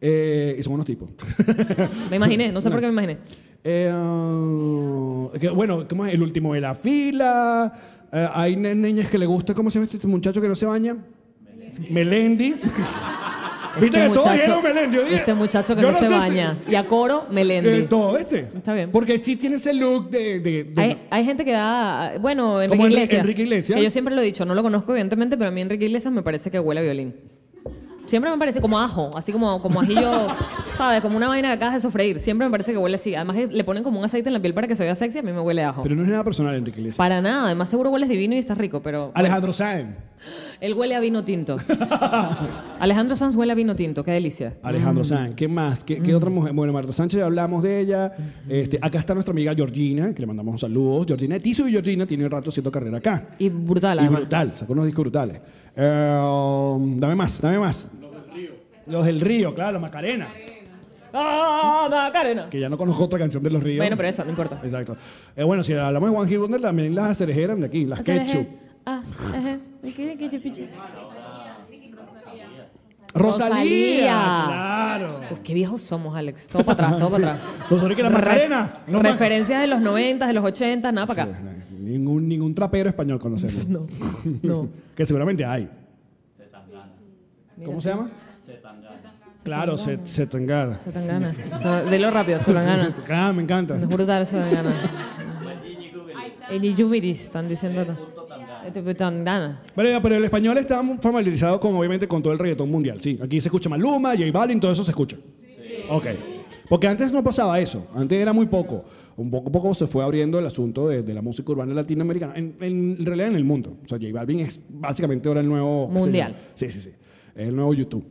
Eh, y son unos tipos. Me imaginé, no sé por qué me imaginé. Eh, ah, que, bueno, ¿cómo es? El último de la fila. Eh, hay ne- niñas que le gusta, ¿cómo se llama este muchacho que no se baña? Melendi. Viste que todos dijeron Melendi. yo dije, este muchacho que yo no, se sé si- baña. Y a coro, Melendi. Eh, todo este. Está bien. Porque sí tiene ese look de. de- de- Hay, hay gente que da. Bueno, Enrique Como Enri- Iglesias. Enrique Iglesias. Que yo siempre lo he dicho, no lo conozco, evidentemente, pero a mí Enrique Iglesias me parece que huele a violín. Siempre me parece como ajo, así como, como ajillo, ¿sabes? Como una vaina que acabas de sofreír. Siempre me parece que huele así. Además, es- le ponen como un aceite en la piel para que se vea sexy. A mí me huele a ajo. Pero no es nada personal, Enrique Iglesias. para nada. Además, seguro hueles divino y estás rico, pero. Alejandro Sáenz. Él huele a vino tinto. Alejandro Sanz huele a vino tinto. Qué delicia. Alejandro Sanz, ¿qué más? ¿Qué, qué otra Mm. mujer? Bueno, Marta Sánchez, ya hablamos de ella. Este, acá está nuestra amiga Georgina, que le mandamos saludos. Georgina Tizo y Georgina tienen rato haciendo carrera acá. Y brutal, Y además. brutal, sacó unos discos brutales. Eh, dame más, dame más. Los del Río. Los del Río, claro, Macarena. ¡Ah, Macarena! Que ya no conozco otra canción de Los Ríos. Bueno, pero eso, no importa. Exacto. Eh, bueno, si hablamos de One Hit Wonder, también las acerejeras eran de aquí, las Ketchup. Ah, ajá. ¿De qué- de qué chupichi? Rosalía. Rosalía. Claro. Pues qué viejos somos, Alex. Todo para atrás, todo Sí. para atrás. Rosalía que la Macarena. Ref- No, referencias de los 90, de los 80, nada para acá. Sí, ningún, ningún trapero español conocemos. No, no. que seguramente hay. ¿Cómo se llama? Claro, Set- Setangana. Se tan ganas. O sea, dilo rápido, se tan ganas. Ah, me encanta. Es brutal, se tan ganas. En Iyubiris están diciendo. Este tan ganas. Pero, pero el español está muy familiarizado con, obviamente, con todo el reggaetón mundial. Sí, aquí se escucha Maluma, J Balvin, todo eso se escucha. Ok. Porque antes no pasaba eso. Antes era muy poco. Un poco a poco se fue abriendo el asunto de, de la música urbana latinoamericana. En, en realidad, en el mundo. O sea, J Balvin es básicamente ahora el nuevo... qué sé yo. Mundial. Sí, sí, sí. Es el nuevo YouTube.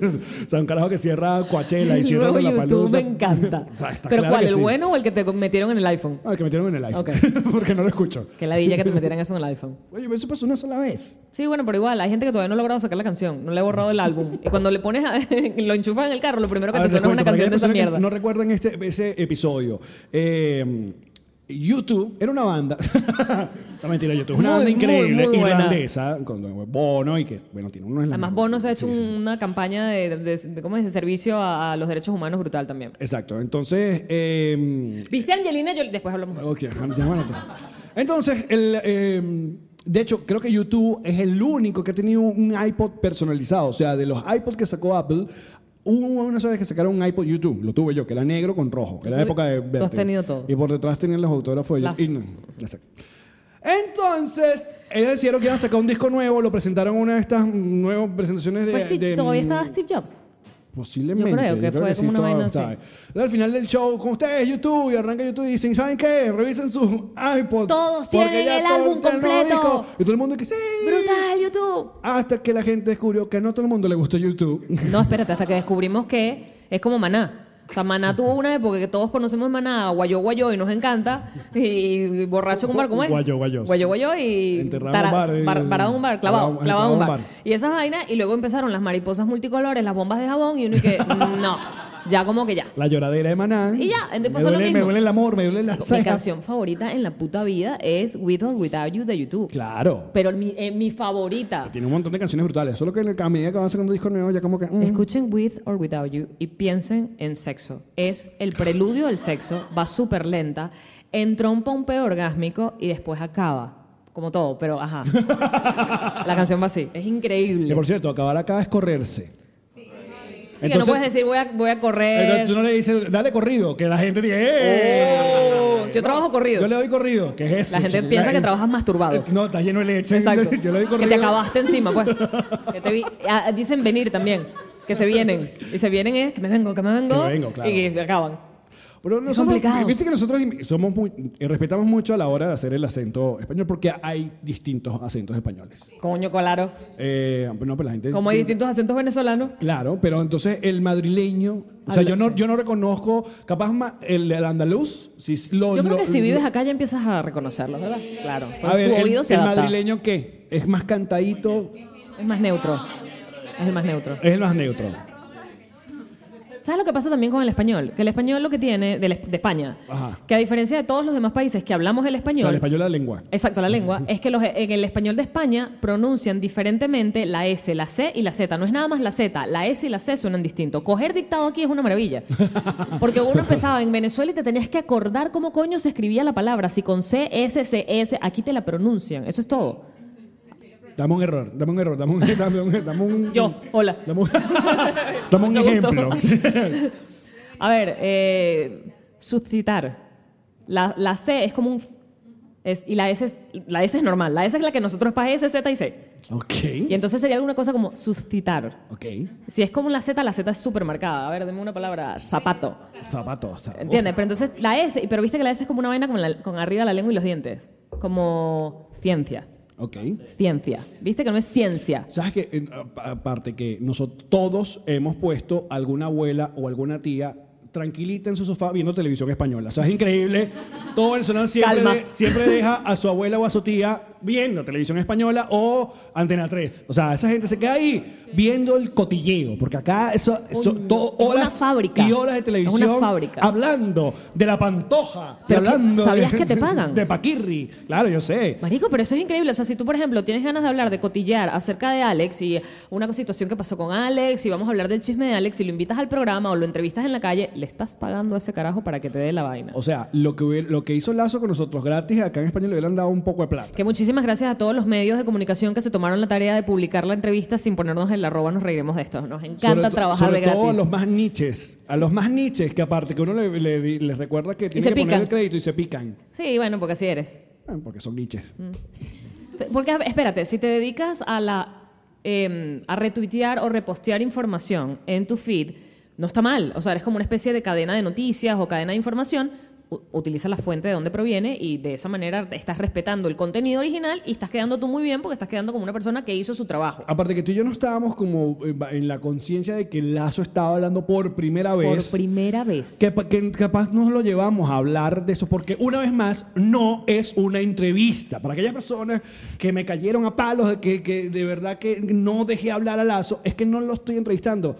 o sea, un carajo que cierra Coachella y El cierra nuevo la YouTube me encanta. Pero ¿cuál? ¿El bueno o el que te metieron en el iPhone? Ah, el que metieron en el iPhone. Ok. Porque no lo escucho. Que la dilla que te metieran eso en el iPhone. Oye, pero eso pasó una sola vez. Sí, bueno, pero igual, hay gente que todavía no ha logrado sacar la canción, no le ha borrado el álbum. Y cuando le pones, a- lo enchufas en el carro, lo primero que A te ver, suena es recuerdo, una para canción de aquellas esa personas que mierda. No recuerdan este, ese episodio. Eh, YouTube era una banda. no mentira, YouTube. Es una Muy, banda muy, increíble, muy buena. irlandesa, con Bono y que, bueno, tiene uno en la Además, Bono se ha hecho una campaña de, de- de- ¿cómo es? de servicio a, a los derechos humanos brutal también. Exacto. Entonces. eh, ¿Viste a Angelina Jolie? Después hablamos de eso. Ok, ya me anoté. Entonces, el, eh, de hecho, creo que YouTube es el único que ha tenido un iPod personalizado. O sea, de los iPods que sacó Apple, hubo una sola vez que sacaron un iPod YouTube. Lo tuve yo, que era negro con rojo. Era la Tú- época de tú has Vertigo. tenido todo. Y por detrás tenían los autógrafos. de La- yo- y no, exacto. Entonces, ellos decidieron que iban a sacar un disco nuevo, lo presentaron en una de estas nuevas presentaciones de... Fue Steve- de- ¿Todavía estaba Steve Jobs? Posiblemente. Yo creo que fue como una todavía vaina está. así. Entonces, Al final del show, con ustedes, YouTube, y arranca YouTube y dicen, ¿saben qué? Revisen sus iPods. Todos porque tienen ya el todo- álbum ya el nuevo completo. disco". Y todo el mundo que sí. ¡Brutal, YouTube! Hasta que la gente descubrió que no a todo el mundo le gustó YouTube. No, espérate, hasta que descubrimos que es como Maná. O sea, Maná tuvo una época que todos conocemos Maná, Guayó Guayó, y nos encanta. Y borracho con bar, ¿cómo es? Guayó, guayó. Guayó Guayó y... Enterrado tara- un bar, eh, bar- varado un bar, clavado, clavado, clavado- clavado un un bar. bar. Y esas vainas, y luego empezaron las mariposas multicolores, las bombas de jabón, y uno y que... no, ya como que ya. La lloradera de Maná. Y ya, entonces me pasó lo duele, mismo. Me duele el amor, me duele la Mi canción favorita en la puta vida es With or Without You de YouTube. Claro. Pero mi, eh, mi favorita. Tiene un montón de canciones brutales. Solo que a medida que van sacando discos nuevos, ya como que. mm. Escuchen With or Without You y piensen en sexo. Es el preludio del sexo, va súper lenta, entrompa un peo orgásmico y después acaba. Como todo, pero ajá. La canción va así. Es Que increíble. por cierto, acabar acá es correrse. Así que no puedes decir voy a, voy a correr. Entonces, tú no le dices, dale corrido, que la gente dice, ¡eh! Oh, yo trabajo corrido. Yo le doy corrido, que es eso. La gente chico? piensa La- Eh, que trabajas masturbado. No, está lleno de leche. Exacto. Yo le doy que corrido. te acabaste encima, pues. Que te vi- ah, dicen venir también. Que se vienen. Y se vienen es que me vengo, que me vengo. Que me vengo, claro. Y que acaban. Pero nosotros, complicado. viste que nosotros somos muy, eh, respetamos mucho a la hora de hacer el acento español porque hay distintos acentos españoles. Coño, colaro. Eh, no, pero la gente. Como hay distintos acentos venezolanos. Claro, pero entonces el madrileño, o sea, Habla yo no, así. yo no reconozco, capaz ma- el, el andaluz, si s- lo- Yo lo- creo que si lo- vives acá ya empiezas a reconocerlo, ¿verdad? Claro. Oh, a Pues ver, tu el, oído se el adapta. madrileño qué, es más cantadito, Es más neutro. Es el más neutro. es el más neutro. ¿Sabes lo que pasa también con el español? Que el español lo que tiene del es- de, España, Ajá. que a diferencia de todos los demás países que hablamos el O español, sea, el español es la lengua. exacto, la lengua, es que los, en el español de España pronuncian diferentemente la S, la C y la Z. No es nada más la Z, la S y la C suenan distinto. Coger dictado aquí es una maravilla. Porque uno empezaba en Venezuela y te tenías que acordar cómo coño se escribía la palabra. Si con C, S, C, S, aquí te la pronuncian. Eso es todo. Dame un error, dame un error, dame un... Dame un, dame un- Yo, hola. Dame un, dame un Mucho gusto. ejemplo. A ver, eh, suscitar. La, la C es como un... f- es- y la S, es, la S es normal. La S es la que nosotros pagué S, Z y C. ok, Y entonces sería alguna cosa como suscitar. ok. Si es como la Z, la Z es súper marcada. A ver, deme una palabra. Zapato. Zapatos. zapatos. ¿Entiendes? Pero entonces la S... Pero viste que la S es como una vaina con, la- con arriba la lengua y los dientes. Como ciencia. Ok. Ciencia. ¿Viste que no es ciencia? ¿Sabes que eh, a- Aparte que nosotros todos hemos puesto alguna abuela o alguna tía tranquilita en su sofá viendo televisión española. O sea, es increíble. Todo venezolano siempre, Calma. de- siempre deja a su abuela o a su tía viendo televisión española o Antena 3. O sea, esa gente se queda ahí viendo el cotilleo, porque acá eso, eso- Coño, todo- es una horas fábrica. y horas de Es una televisión fábrica. hablando de la pantoja, Pero que- hablando ¿sabías de- que te pagan? de Paquirri. Claro, yo sé. Marico, pero eso es increíble. O sea, si tú, por ejemplo, tienes ganas de hablar, de cotillar acerca de Alex y una situación que pasó con Alex y vamos a hablar del chisme de Alex y lo invitas al programa o lo entrevistas en la calle, le estás pagando a ese carajo para que te dé la vaina. O sea, lo que, hubiera- lo que hizo Lazo con nosotros gratis, acá en España le hubieran dado un poco de plata. Que muchísimas gracias a todos los medios de comunicación que se tomaron la tarea de publicar la entrevista sin ponernos en la arroba, nos reiremos de esto. Nos encanta Sobre to- trabajar sobre de gratis. todo a los más niches. A los más niches, que aparte que uno le- le di- les recuerda que se tienen que poner pican. el crédito y se pican. Sí, bueno, porque así eres. Ah, Porque son niches. Mm. Porque, espérate, si te dedicas a la eh, a retuitear o repostear información en tu feed, no está mal. O sea, eres como una especie de cadena de noticias o cadena de información. U- Utiliza la fuente de donde proviene y de esa manera estás respetando el contenido original y estás quedando tú muy bien porque estás quedando como una persona que hizo su trabajo. Aparte que tú y yo no estábamos como eh, ba- en la conciencia de que Lazo estaba hablando por primera Por vez. primera vez. que, pa- que capaz nos lo llevamos a hablar de eso, porque una vez más, no es una entrevista. Para aquellas personas que me cayeron a palos, de que, que de verdad que no dejé hablar a Lazo, es que no lo estoy entrevistando.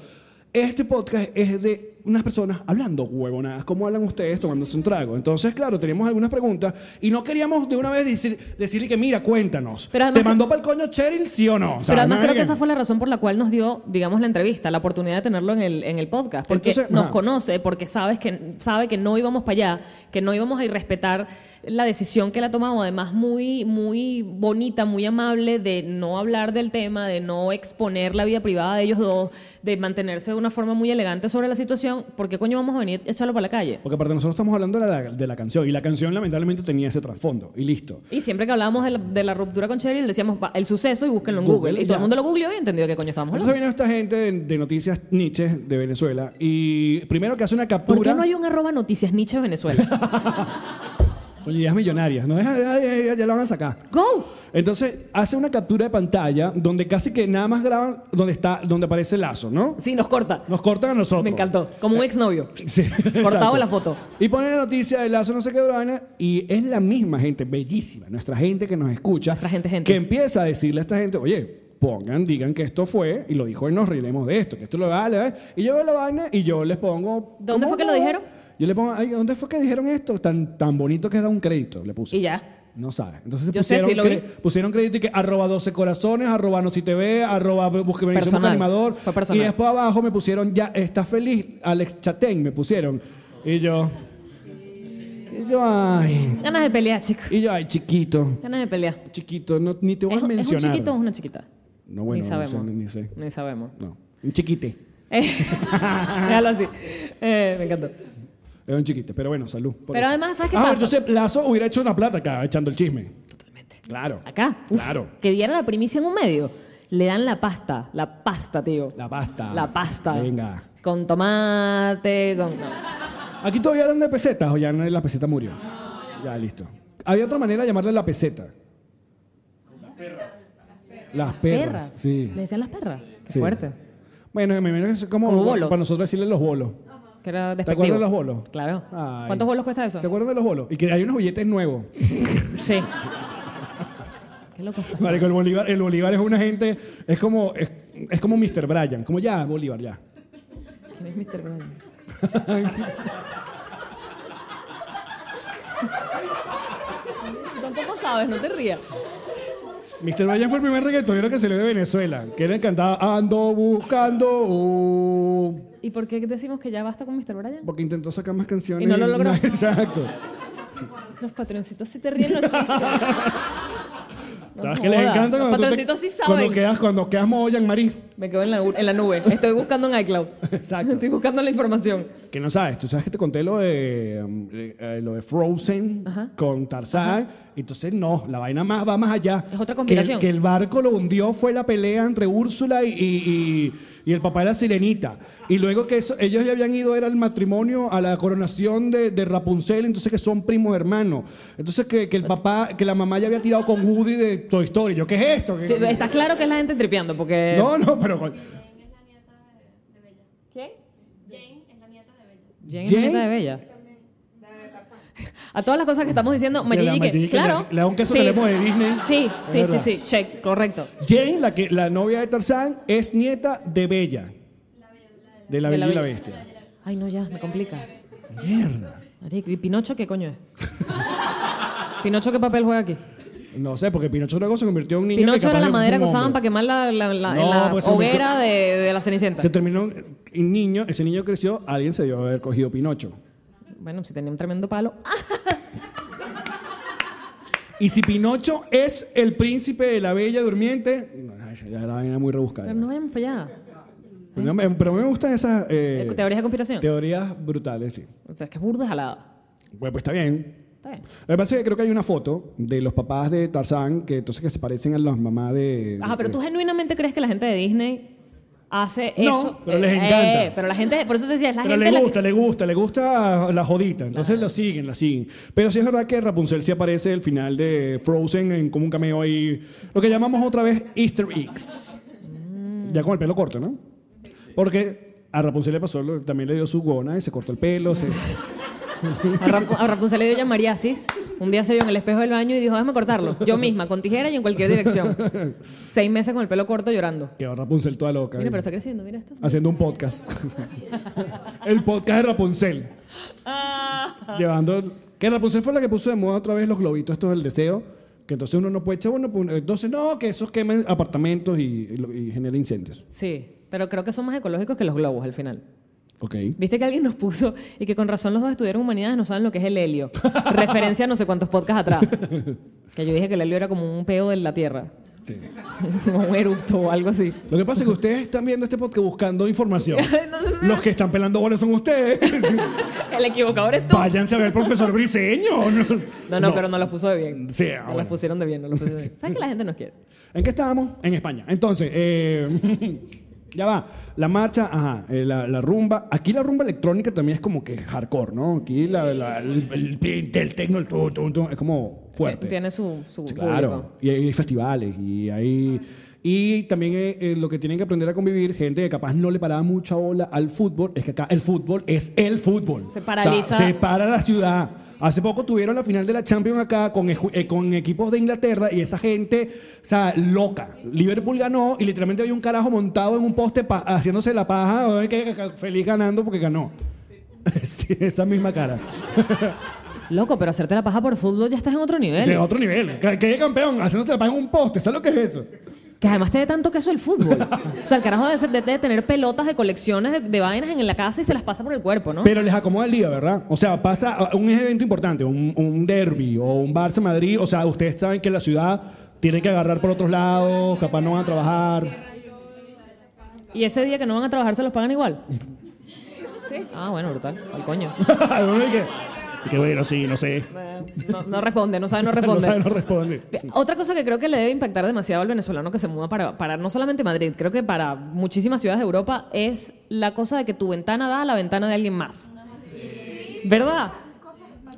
Este podcast es de unas personas hablando huevonadas, como hablan ustedes tomándose un trago. Entonces, claro, teníamos algunas preguntas y no queríamos de una vez decir, decirle que, mira, cuéntanos. Pero además ¿Te que- mandó para el coño Cheryl, sí o no? O sea, Pero además una creo que verga. esa fue la razón por la cual nos dio, digamos, la entrevista, la oportunidad de tenerlo en el, en el podcast. Porque Entonces, nos ajá. conoce, porque sabes que, sabe que no íbamos para allá, que no íbamos a irrespetar la decisión que la tomamos. Además, muy, muy bonita, muy amable de no hablar del tema, de no exponer la vida privada de ellos dos, de mantenerse de una forma muy elegante sobre la situación. ¿Por qué coño vamos a venir a echarlo para la calle? Porque aparte nosotros estamos hablando de la, de la canción y la canción lamentablemente tenía ese trasfondo y listo. Y siempre que hablábamos de la, de la ruptura con Cheryl, decíamos "Va, el suceso y búsquenlo en Google. Google, Y todo ya. el mundo lo googleó y entendió de qué coño estábamos Entonces hablando. vino esta gente de, de Noticias Nietzsche de Venezuela y primero que hace una captura... ¿Por qué no hay un arroba noticias Nietzsche Venezuela? Con ideas millonarias, no deja, ya, ya- ya- ya la van a sacar. ¡Go! Entonces hace una captura de pantalla donde casi que nada más graban donde está, donde aparece el lazo, ¿no? Sí, nos corta. Nos cortan a nosotros. Me encantó. Como un exnovio. Sí, exacto. la foto. Y ponen la noticia de Lazo no sé qué vaina y es la misma gente, bellísima, nuestra gente que nos escucha. Nuestra gente, Que gentes. empieza a decirle a esta gente, oye, pongan, digan que esto fue, y lo dijo y nos riremos de esto, que esto lo vale, ¿eh? Y yo veo la vaina y yo les pongo... ¿Dónde ¿cómo fue que no? lo dijeron? Yo le pongo, ay, ¿dónde fue que dijeron esto? Tan, tan bonito que da un crédito, le puse. Y ya. No sabe. Entonces Yo sé, pusieron, sí lo vi. cre- pusieron crédito y que arroba 12 corazones, arroba no si te ve, arroba busque me dice un Personal. animador. Fue personal. Y después abajo me pusieron ya, está feliz, Alex Chatén me pusieron. Y yo. Y yo, ay. Ganas de pelear, chicos. Y yo, ay, chiquito. Ganas de pelear. Chiquito, no, ni te voy ¿Es, a un- es un mencionar. chiquito o es una chiquita? No, bueno, ni no sé, sabemos. ni sé. Ni sabemos. No. Un chiquite. Eh, Déjalo así. Eh, me encantó. Es un chiquite, pero bueno, salud. por Pero eso. además, ¿sabes qué ah, pasa? entonces Lazo hubiera hecho una plata acá echando el chisme. Totalmente. Claro. Acá. Uf, Claro. Que diera la primicia en un medio. Le dan la pasta. La pasta, tío. La pasta. La pasta. Venga. Con tomate, con... no. Aquí todavía hablan de pesetas o ya no- la peseta murió. Ya, listo. Había otra manera de llamarle la peseta. Las perras. Las perras. Sí. Le decían las perras. Qué sí. fuerte. Bueno, me imagino que es como, Como bolos. para nosotros decirle los bolos. Que era ¿Te despectivo. acuerdas de los bolos? Claro. Ay. ¿Cuántos bolos cuesta eso? ¿Se acuerdan de los bolos? Y que hay unos billetes nuevos. Sí. Qué loco está. Marico, el Bolívar, el Bolívar es una gente, es como, es, es como Mr. Bryan, como ya, Bolívar, ya. ¿Quién es Mr. Bryan? Tú Tampoco sabes, no te rías. Mr. Bryan fue el primer reggaetonero que salió de Venezuela, que le encantaba Ando buscando un... ¿Y por qué decimos que ya basta con Mr. Bryan? Porque intentó sacar más canciones. Y no lo logró. exacto. Los patroncitos sí te ríen los chistes. No ¿Sabes que les jodas. encanta Los cuando, tú te- patroncitos sí cuando saben. quedas cuando quedas molla en Marí? Me quedo en la, en la nube. Estoy buscando en iCloud. Exacto. Estoy buscando la información. Que no sabes, tú sabes que te conté lo de, um, eh, eh, lo de Frozen Ajá. con Tarzán. Entonces, no, la vaina más va más allá. Es otra Que el, combinación. que el barco lo hundió fue la pelea entre Úrsula y, y- y- y el papá de la sirenita. Y luego que eso, ellos ya habían ido, era el matrimonio, a la coronación de, de Rapunzel, entonces que son primos hermanos. Entonces que, que el papá, que la mamá ya había tirado con Woody de Toy Story. Yo, ¿qué es esto? ¿Qué- Sí, está claro que es la gente tripeando porque... No, no, pero... coño. ¿Quién? Jane es la nieta de Bella. Jane, Jane. es nieta de Bella. A todas las cosas que estamos diciendo, Que la Mayigi, que, Mayigi que claro. le- le da un queso que le hemos de Disney. Sí, Es sí, sí, verdad. sí, check, correcto. Jane, la, que, la novia de Tarzán, es nieta de Bella. De la De Bella la y Bella. la Bestia. Ay, no, ya, me complicas. Mierda. Marico, ¿y Pinocho qué coño es? ¿Pinocho qué papel juega aquí? No sé, porque Pinocho luego se convirtió en un niño. que Pinocho capaz era la de- madera que fue un usaban hombre. para quemar la, la, la- No, la pues se convirtió- hoguera de, de la Cenicienta. Se terminó en niño, ese niño creció, alguien se debió haber cogido Pinocho. Bueno, si tenía un tremendo palo. ¡Ah! Y si Pinocho es el príncipe de la Bella Durmiente, no, ay, ya la vaina muy rebuscada. Pero no vayamos para allá. Pero no me- pero me gustan esas eh, Eh, ¿Teorías de conspiración? teorías brutales, sí. Es que es burda jalada. Bueno, pues está bien. Está bien. Lo que pasa es que creo que hay una foto de los papás de Tarzán que entonces que se parecen a las mamás de. Ajá, pero de- tú genuinamente crees que la gente de Disney hace No, eso. Eh, pero les encanta. pero la gente, por eso te decía, es la Pero gente. le la que- gusta, le gusta, le gusta la jodita. Entonces lo siguen, la siguen. Pero sí es verdad que Rapunzel sí aparece el final de Frozen en como un cameo ahí. Lo que llamamos otra vez Easter eggs. Mm. Ya con el pelo corto, ¿no? Porque a Rapunzel le pasó, lo- también le dio su gona y se cortó el pelo. se- A, Rampu- a Rapunzel le dio ya María Asís. Un día se vio en el espejo del baño y dijo, déjame cortarlo. Yo misma, con tijera y en cualquier dirección. Seis meses con el pelo corto llorando. Que va Rapunzel toda loca. Mira, ¿eh? pero está creciendo, mira esto. Haciendo un podcast. el podcast de Rapunzel. Ah. Llevando. Que Rapunzel fue la que puso de moda otra vez los globitos, esto es el deseo. Que entonces uno no puede echar uno. pues, Entonces, no, que esos quemen apartamentos y, y lo- y genera incendios. Sí, pero creo que son más ecológicos que los globos al final. Ok. Viste que alguien nos puso y que con razón los dos estudiaron humanidades no saben lo que es el helio. Referencia a no sé cuántos podcasts atrás. Que yo dije que el helio era como un peo de la Tierra. Sí. Como un erupto o algo así. Lo que pasa es que ustedes están viendo este podcast buscando información. Los que están pelando bolas son ustedes. El equivocado eres tú. Váyanse a ver al profesor Briseño. No, no, pero no los puso de bien. Sí, ah, no los bueno. pusieron de bien, no los pusieron de bien. ¿Sabes que la gente nos quiere? ¿En qué estábamos? En España. Entonces, eh, ya va. La marcha, ajá, eh, la, la rumba. Aquí la rumba electrónica también es como que hardcore, ¿no? Aquí la, la- el, el, pin, el techno, el tu, tu, tu, es como fuerte. Eh, Tiene su, su Sí, claro. público. Y hay festivales y hay... Y también eh, eh, lo que tienen que aprender a convivir, gente que capaz no le paraba mucha bola al fútbol, es que acá el fútbol es el fútbol. Se paraliza. O sea, se para la ciudad. Hace poco tuvieron la final de la Champions acá con, eju- eh, con equipos de Inglaterra y esa gente, o sea, loca. Liverpool ganó y literalmente había un carajo montado en un poste pa- haciéndose la paja, ay, que- que- feliz ganando porque ganó. Sí, esa misma cara. Loco, pero hacerte la paja por fútbol ya estás en otro nivel. Ese es otro nivel. Que, que haya campeón haciéndose la paja en un poste, ¿sabes lo que es eso? Que además te dé tanto queso el fútbol. o sea, el carajo debe, ser- debe tener pelotas de colecciones de, de vainas en la casa y se las pasa por el cuerpo, ¿no? Pero les acomoda el día, ¿verdad? O sea, pasa a- un evento importante, un, un derby o un Barça Madrid. O sea, ustedes saben que la ciudad tiene que agarrar por otros lados, capaz no van a trabajar. Y ese día que no van a trabajar se los pagan igual. ¿Sí? Ah, bueno, brutal. Al coño. Uno y que, y que bueno, sí, no sé. Eh, No, no responde, no sabe, no No responde. sabe, no responde. Otra cosa que creo que le debe impactar demasiado al venezolano que se muda para, para no solamente Madrid, creo que para muchísimas ciudades de Europa es la cosa de que tu ventana da a la ventana de alguien más. ¿Verdad?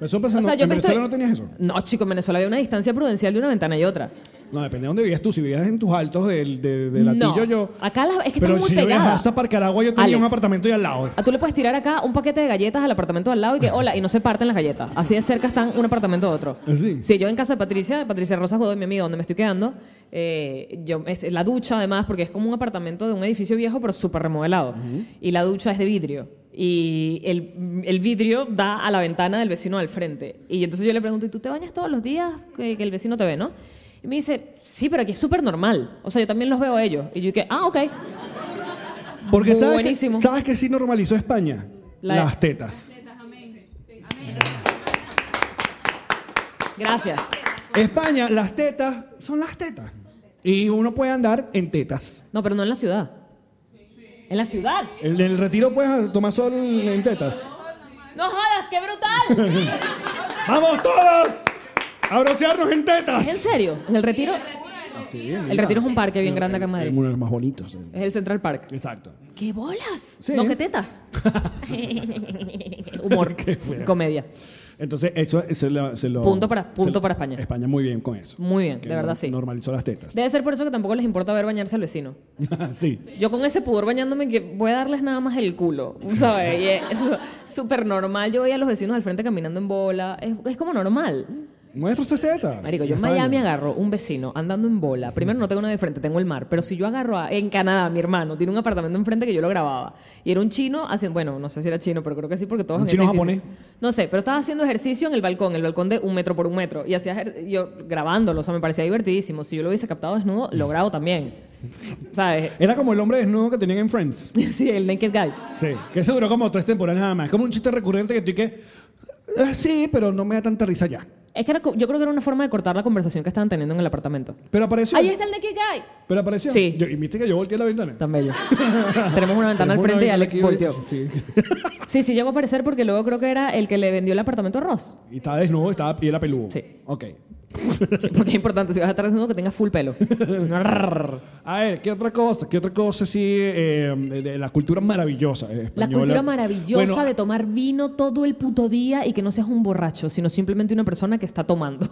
Eso pasa, O sea, no, yo en me estoy... Venezuela no tenías eso. No, chico, en Venezuela había una distancia prudencial de una ventana y otra. No, depende de dónde vivías tú. Si vivías en tus altos del de, de latillo, No. yo. Acá la- es que Pero estoy muy si yo pegada. viajaba hasta Parcaragua, yo tenía Alex. un apartamento ahí al lado. Ah, Tú le puedes tirar acá un paquete de galletas al apartamento al lado y que, hola, y no se parten las galletas. Así de cerca están un apartamento a otro. ¿Ah, sí? yo en casa de Patricia, de Patricia Rosa Godoy, mi amiga, donde me estoy quedando, eh, yo, es la ducha además, porque es como un apartamento de un edificio viejo, pero súper remodelado. Y la ducha es de vidrio. Y el, el vidrio da a la ventana del vecino al frente. Y entonces yo le pregunto, ¿y tú te bañas todos los días que, que el vecino te ve, no? Y me dice, sí, pero aquí es súper normal. O sea, yo también los veo a ellos. Y yo que, ah, ok. Porque sabes Buenísimo. que, sabes que sí normalizó España. La- Las tetas. Gracias. España, las tetas son las tetas. Y uno puede andar en tetas. No, pero no en la ciudad. En la ciudad. En el retiro puedes tomar sol en tetas. No jodas, qué brutal. ¡Vamos todos! ¡A broncearnos en tetas! ¿En serio? En el retiro. El retiro es un parque bien grande acá en Es Madrid. uno de los más bonitos. eh. Es el Central Park. Exacto. ¡Qué bolas! Sí. No, qué tetas. Humor. Qué feo. Comedia. Entonces, eso se lo. se lo- Punto para- punto se lo- para España. España muy bien con eso. Muy bien, Que de verdad nor- sí. Normalizó las tetas. Debe ser por eso que tampoco les importa ver bañarse al vecino. sí. Yo con ese pudor bañándome que voy a darles nada más el culo, ¿sabes? Y es súper normal. Yo veía a los vecinos al frente caminando en bola. Es, es como normal. Muestra sus tetas. Marico, yo en España. Miami agarro un vecino andando en bola. Primero no tengo uno de frente, tengo el mar. Pero si yo agarro a- en Canadá, mi hermano tiene un apartamento enfrente que yo lo grababa. Y era un chino haciendo, bueno, no sé si era chino, pero creo que sí, porque todos ¿Un en ese chino edificio- japonés? No sé, pero estaba haciendo ejercicio en el balcón, el balcón de un metro por un metro. Y hacía ejer- yo grabándolo, o sea, me parecía divertidísimo. Si yo lo hubiese captado desnudo, lo grabo también. ¿Sabes? Era como el hombre desnudo que tenían en Friends. Sí, el Naked Guy. Sí. Que se duró como tres temporadas nada más. Como un chiste recurrente que tú que. "Eh, sí, pero no me da tanta risa ya. Es que era co- yo creo que era una forma de cortar la conversación que estaban teniendo en el apartamento. Pero apareció. Ahí está el Naked Guy. Pero apareció. Sí. Yo- y viste que yo volteé la ventana. Tan bello. Tenemos una ventana al Tenemos frente y una Alex ventana volteó. aquí, ¿viste? Sí. Sí, sí llegó a aparecer porque luego creo que era el que le vendió el apartamento a Ross. Y estaba desnudo estaba, y era peludo. Sí. Ok. Sí, Porque es importante, si vas a estar desnudo, que tengas full pelo. A ver, ¿qué otra cosa? ¿Qué otra cosa sí eh, de- de la cultura maravillosa eh, La española? cultura maravillosa Bueno, de tomar vino todo el puto día y que no seas un borracho, sino simplemente una persona que está tomando.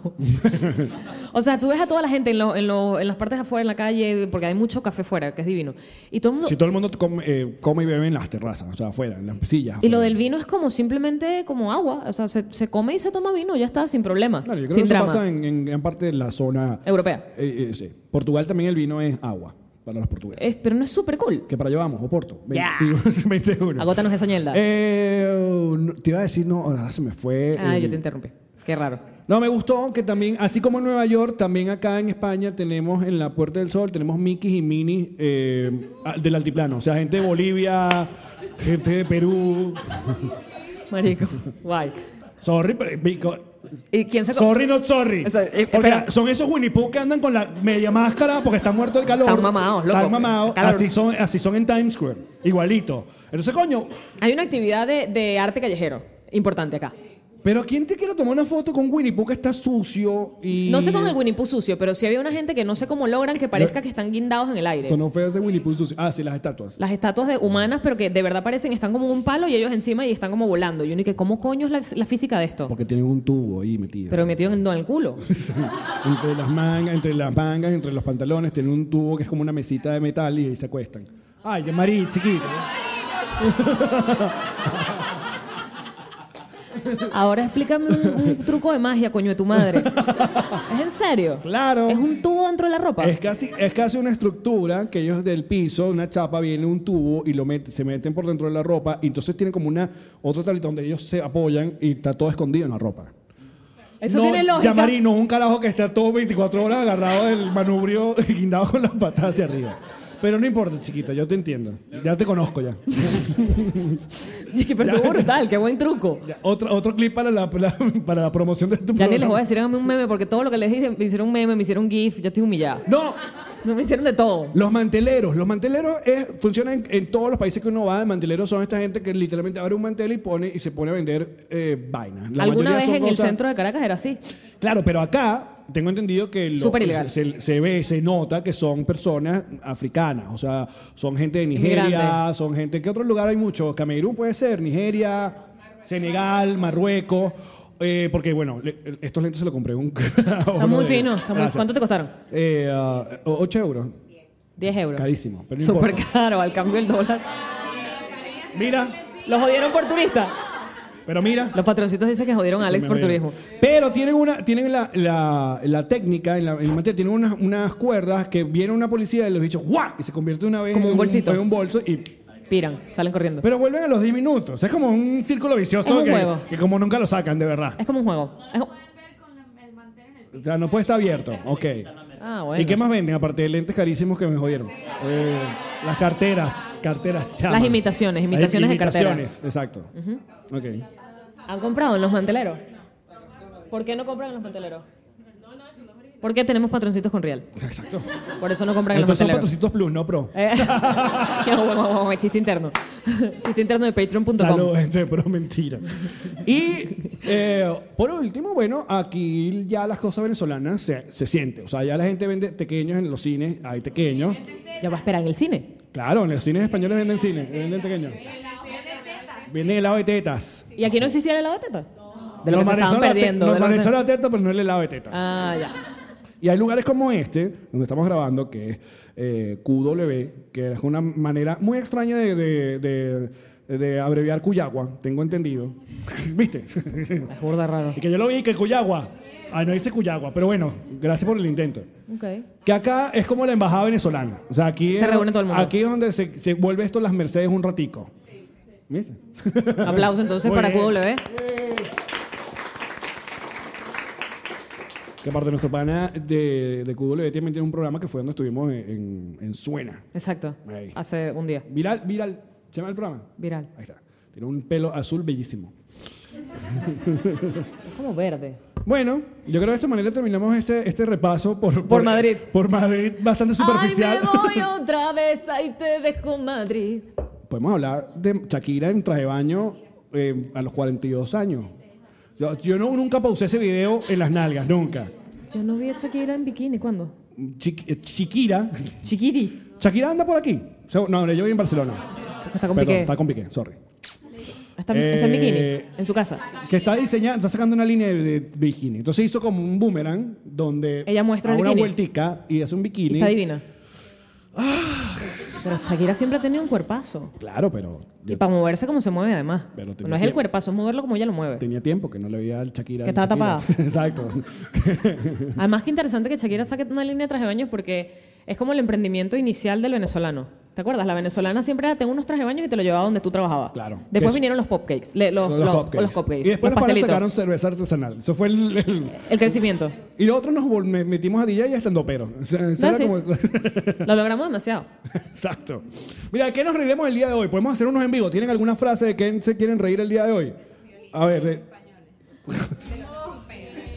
o sea, tú ves a toda la gente en, lo- en lo- en las partes afuera, en la calle, porque hay mucho café fuera, que es divino. Y todo el mundo... Si todo el mundo come, eh, come y bebe en las terrazas, o sea, afuera, en las sillas. Y lo afuera. del vino es como simplemente como agua. O sea, se, se come y se toma vino, ya está, sin problema. Claro, yo creo sin que eso drama. pasa en, en gran parte de la zona Europea. eh, eh, sí. Portugal también el vino es agua para los portugueses. Es- pero no es súper cool. Que para allá vamos, Oporto. Ya. 21, 21. Agótanos esa ñelda. Eh, no, te iba a decir, no, ah, se me fue. ah, el- yo te interrumpí. Qué raro. No, me gustó que también, así como en Nueva York, también acá en España tenemos en la Puerta del Sol, tenemos Mickey y Mini eh, ah, del altiplano. O sea, gente de Bolivia, gente de Perú. Marico, guay. Sorry, pero- bico- ¿Y quién se co- sorry, not sorry. O sea, eh, Porque espera. son esos Winnie Pooh que andan con la media máscara porque está muerto el calor. Están mamados, loco. Están mamados. Calor. Así son, así son en Times Square. Igualito. Entonces, coño, Hay una actividad de, de arte callejero importante acá. pero ¿quién te quiere tomar una foto con Winnie Pooh que está sucio y. eh, No sé con el Winnie Pooh sucio, pero sí había una gente que no sé cómo logran que parezca que están guindados en el aire. Sonó feo ese Winnie Pooh sucio. Ah, sí, las estatuas. Las estatuas de humanas, pero que de verdad parecen, están como en un palo y ellos encima y están como volando. Y uno y que, ¿cómo coño es la, la física de esto? Porque tienen un tubo ahí metido. Pero metido en, no, en el culo. Sí. entre las mangas, entre las mangas, entre los pantalones, tienen un tubo que es como una mesita de metal y ahí se acuestan. Ay, Marí, chiquito. Ahora explícame un, un truco de magia, coño de tu madre. ¿Es en serio? Claro. ¿Es un tubo dentro de la ropa? Es casi, es casi una estructura que ellos del piso, una chapa, viene un tubo y lo meten- se meten por dentro de la ropa y entonces tienen como una otra tablita donde ellos se apoyan y está todo escondido en la ropa. Eso no, tiene lógica. Yamari, no es un carajo que está todo 24 horas agarrado del manubrio y guindado con las patas hacia arriba. Pero no importa, chiquita, yo te entiendo. Ya te conozco ya. Dije, Pero estuvo brutal, qué buen truco. Ya, otro, otro clip para la, para, para la promoción de tu Ya ni les voy a programa. decir háganme un meme, porque todo lo que les dije me hicieron un meme, me hicieron un GIF, ya estoy humillada. No, No me hicieron de todo. los manteleros. Los manteleros es- funcionan en, en todos los países que uno va. Manteleros son esta gente que literalmente abre un mantel y pone y se pone a vender eh, vainas. La Alguna mayoría vez son en el cosas- centro de Caracas era así. Claro, pero acá tengo entendido que lo- Súper ilegal. se, se ve, se nota que son personas africanas. O sea, son gente de Nigeria, Inmigrante. son gente. ¿Qué otro lugar hay mucho? Camerún puede ser, Nigeria, Senegal, Marruecos. eh, porque bueno, le- estos lentes se los compré a un. Está muy fino. está muy- ¿Cuánto te costaron? Eh, 8 euros. 10 euros. Carísimo. Pero no Súper importa. caro, al cambio el dólar. Mira, Los jodieron por turista. pero mira. Los patroncitos dicen que jodieron a Alex Se me por ríe. turismo. Pero tienen una, tienen la, la, la técnica, en la, en la materia, tienen unas, unas cuerdas que viene una policía y los bichos ¡guau! y se convierte una vez Como en un bolsito. en un bolso y Piran, salen corriendo. pero vuelven a los 10 minutos. Es como un círculo vicioso Es un que, juego. que como nunca lo sacan, de verdad. Es como un juego. Es como- O sea, no puede estar abierto. Ok. Ah, bueno. ¿Y qué más venden? Aparte de lentes carísimos que me jodieron. Eh, las carteras, carteras chama. Las imitaciones, imitaciones de cartera. Imitaciones, exacto. Ok. ¿Han comprado en los manteleros? ¿Por qué no compran en los manteleros? Porque tenemos patroncitos con real. Exacto. Por eso no compran en los Estos son manteleros. patrocitos plus, no pro. Eh, guau, guau, guau, guau, chiste interno. chiste interno de patreon.com. Saludos, gente, pero mentira. Y eh, por último, bueno, aquí ya las cosas venezolanas se, se sienten. O sea, ya la gente vende pequeños en los cines, hay pequeños. Ya va a esperar en el cine. Claro, en los cines españoles venden cine, venden pequeños. Venden helado de tetas. ¿Y aquí no existía el helado de teta? De lo Nos que se estaban manejaron la te- perdiendo. Nos de lo que se- manejaron la teta, pero no el helado de tetas. Ah, ya. Y hay lugares como este, donde estamos grabando, que es eh, QW, que es una manera muy extraña de, de- de- de abreviar Cuyagua, tengo entendido. ¿Viste? Es burda raro. y que yo lo vi que Cuyagua. Ay, no dice Cuyagua, pero bueno, gracias por el intento. Ok. Que acá es como la embajada venezolana. O sea, aquí, Se es, reúne todo el mundo. aquí es donde se, se vuelve esto las Mercedes un ratico. ¿Viste? Aplauso entonces Muy para ¿eh? bien. QW. Que aparte nuestro pana de, de QW también tiene un programa que fue donde estuvimos en, en- en Suena. Exacto. Ahí. Hace un día. Viral, viral. ¿Se llama el programa? Viral. Ahí está. Tiene un pelo azul bellísimo. Es como verde. Bueno, yo creo que de esta manera terminamos este, este repaso por, por, Madrid. Por Madrid, bastante superficial. Ay, me voy otra vez, ahí te dejo Madrid. Podemos hablar de Shakira en traje de baño eh, a los 42 años. Yo, yo no, nunca pausé ese video en las nalgas, nunca. Yo no vi a Shakira en bikini. ¿Cuándo? Chiqui- eh, Shakira. Chiquiri. Shakira anda por aquí. Se- No, yo vi en Barcelona. Porque Está con Perdón, Piqué. está con Piqué, sorry. Está, está en Eh, bikini. En su casa. Que está diseñando, está sacando una línea de, de bikini. Entonces hizo como un boomerang donde Ella muestra da el una bikini. vueltica y hace un Y bikini. está divina. Pero Shakira siempre ha tenido un cuerpazo. Claro, pero Y yo para moverse como se mueve, además. Pero tenía no es el tiempo. cuerpazo, es moverlo como ella lo mueve. tenía tiempo que no le veía al Shakira. Que al estaba Shakira. Exacto. Además, que interesante que Shakira saque una línea de traje de baños porque es como el emprendimiento inicial del venezolano. ¿Te acuerdas? La venezolana siempre era, tengo unos trajes de baños y te lo llevaba donde tú trabajabas. Claro. Que Después es- vinieron los popcakes. le- los, Los los- cupcakes. los cupcakes, Y después los los panes pastelitos. sacaron cerveza artesanal. Eso fue el... el- El crecimiento. Y nosotros nos vol- me- metimos a DJ y estando pero. O sea, No, eso era Ah, sí. como- Lo logramos demasiado. Exacto. Mira, ¿de qué nos reiremos el día de hoy? Podemos hacer unos en vivo. ¿Tienen alguna frase de qué se quieren reír el día de hoy? A ver, eh,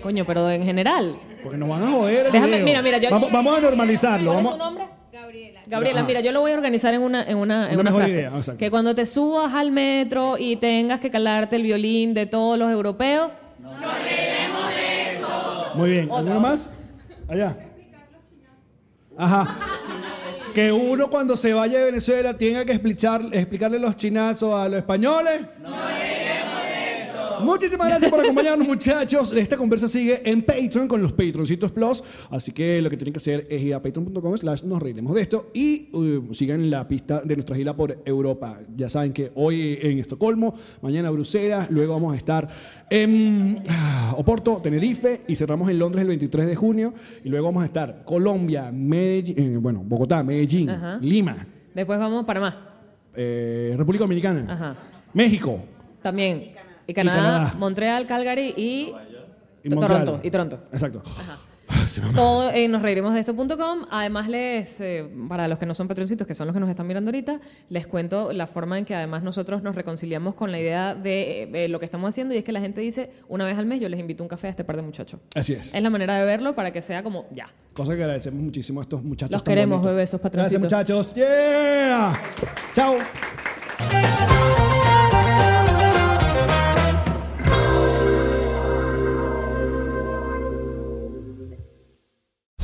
Coño, pero en general. porque nos van a joder. el Déjame- video. mira, mira, yo- vamos, vamos a normalizarlo. ¿Cuál es Vamos, Ah. tu nombre? Gabriela. Gabriela, mira, yo lo voy a organizar en una, en una, en una Una mejor frase. idea, exacto. que cuando te subas al metro y tengas que calarte el violín de todos los europeos, Muy bien. ¿Alguno más? Allá. Ajá. Que uno cuando se vaya de Venezuela tenga que explicar, explicarle los chinazos a los españoles. Muchísimas gracias por acompañarnos, muchachos. Esta conversa sigue en Patreon con los Patroncitos Plus. Así que lo que tienen que hacer es ir a patreon.com slash nos reiremos de esto y uh, sigan la pista de nuestra gira por Europa. Ya saben que hoy en Estocolmo, mañana Bruselas, luego vamos a estar en ah, Oporto, Tenerife y cerramos en Londres el 23 de junio. Y luego vamos a estar Colombia, Medellín, eh, bueno, Bogotá, Medellín, Ajá. Lima, después vamos para más. eh, República Dominicana, Ajá. México. También. Y Canadá, Canadá. Montreal, Calgary y y To- Montreal. Toronto, y Toronto. Exacto. todo en nos reiremos de esto.com. Además, les, eh, para los que no son patroncitos, que son los que nos están mirando ahorita, les cuento la forma en que además nosotros nos reconciliamos con la idea de, eh, de lo que estamos haciendo y es que la gente dice, una vez al mes yo les invito un café a este par de muchachos. Así es. Es la manera de verlo para que sea como ya. Cosa que agradecemos muchísimo a estos muchachos. Los tan queremos, bonitos. bebé, esos Gracias, patroncitos. muchachos. ¡Yeah! ¡Chao!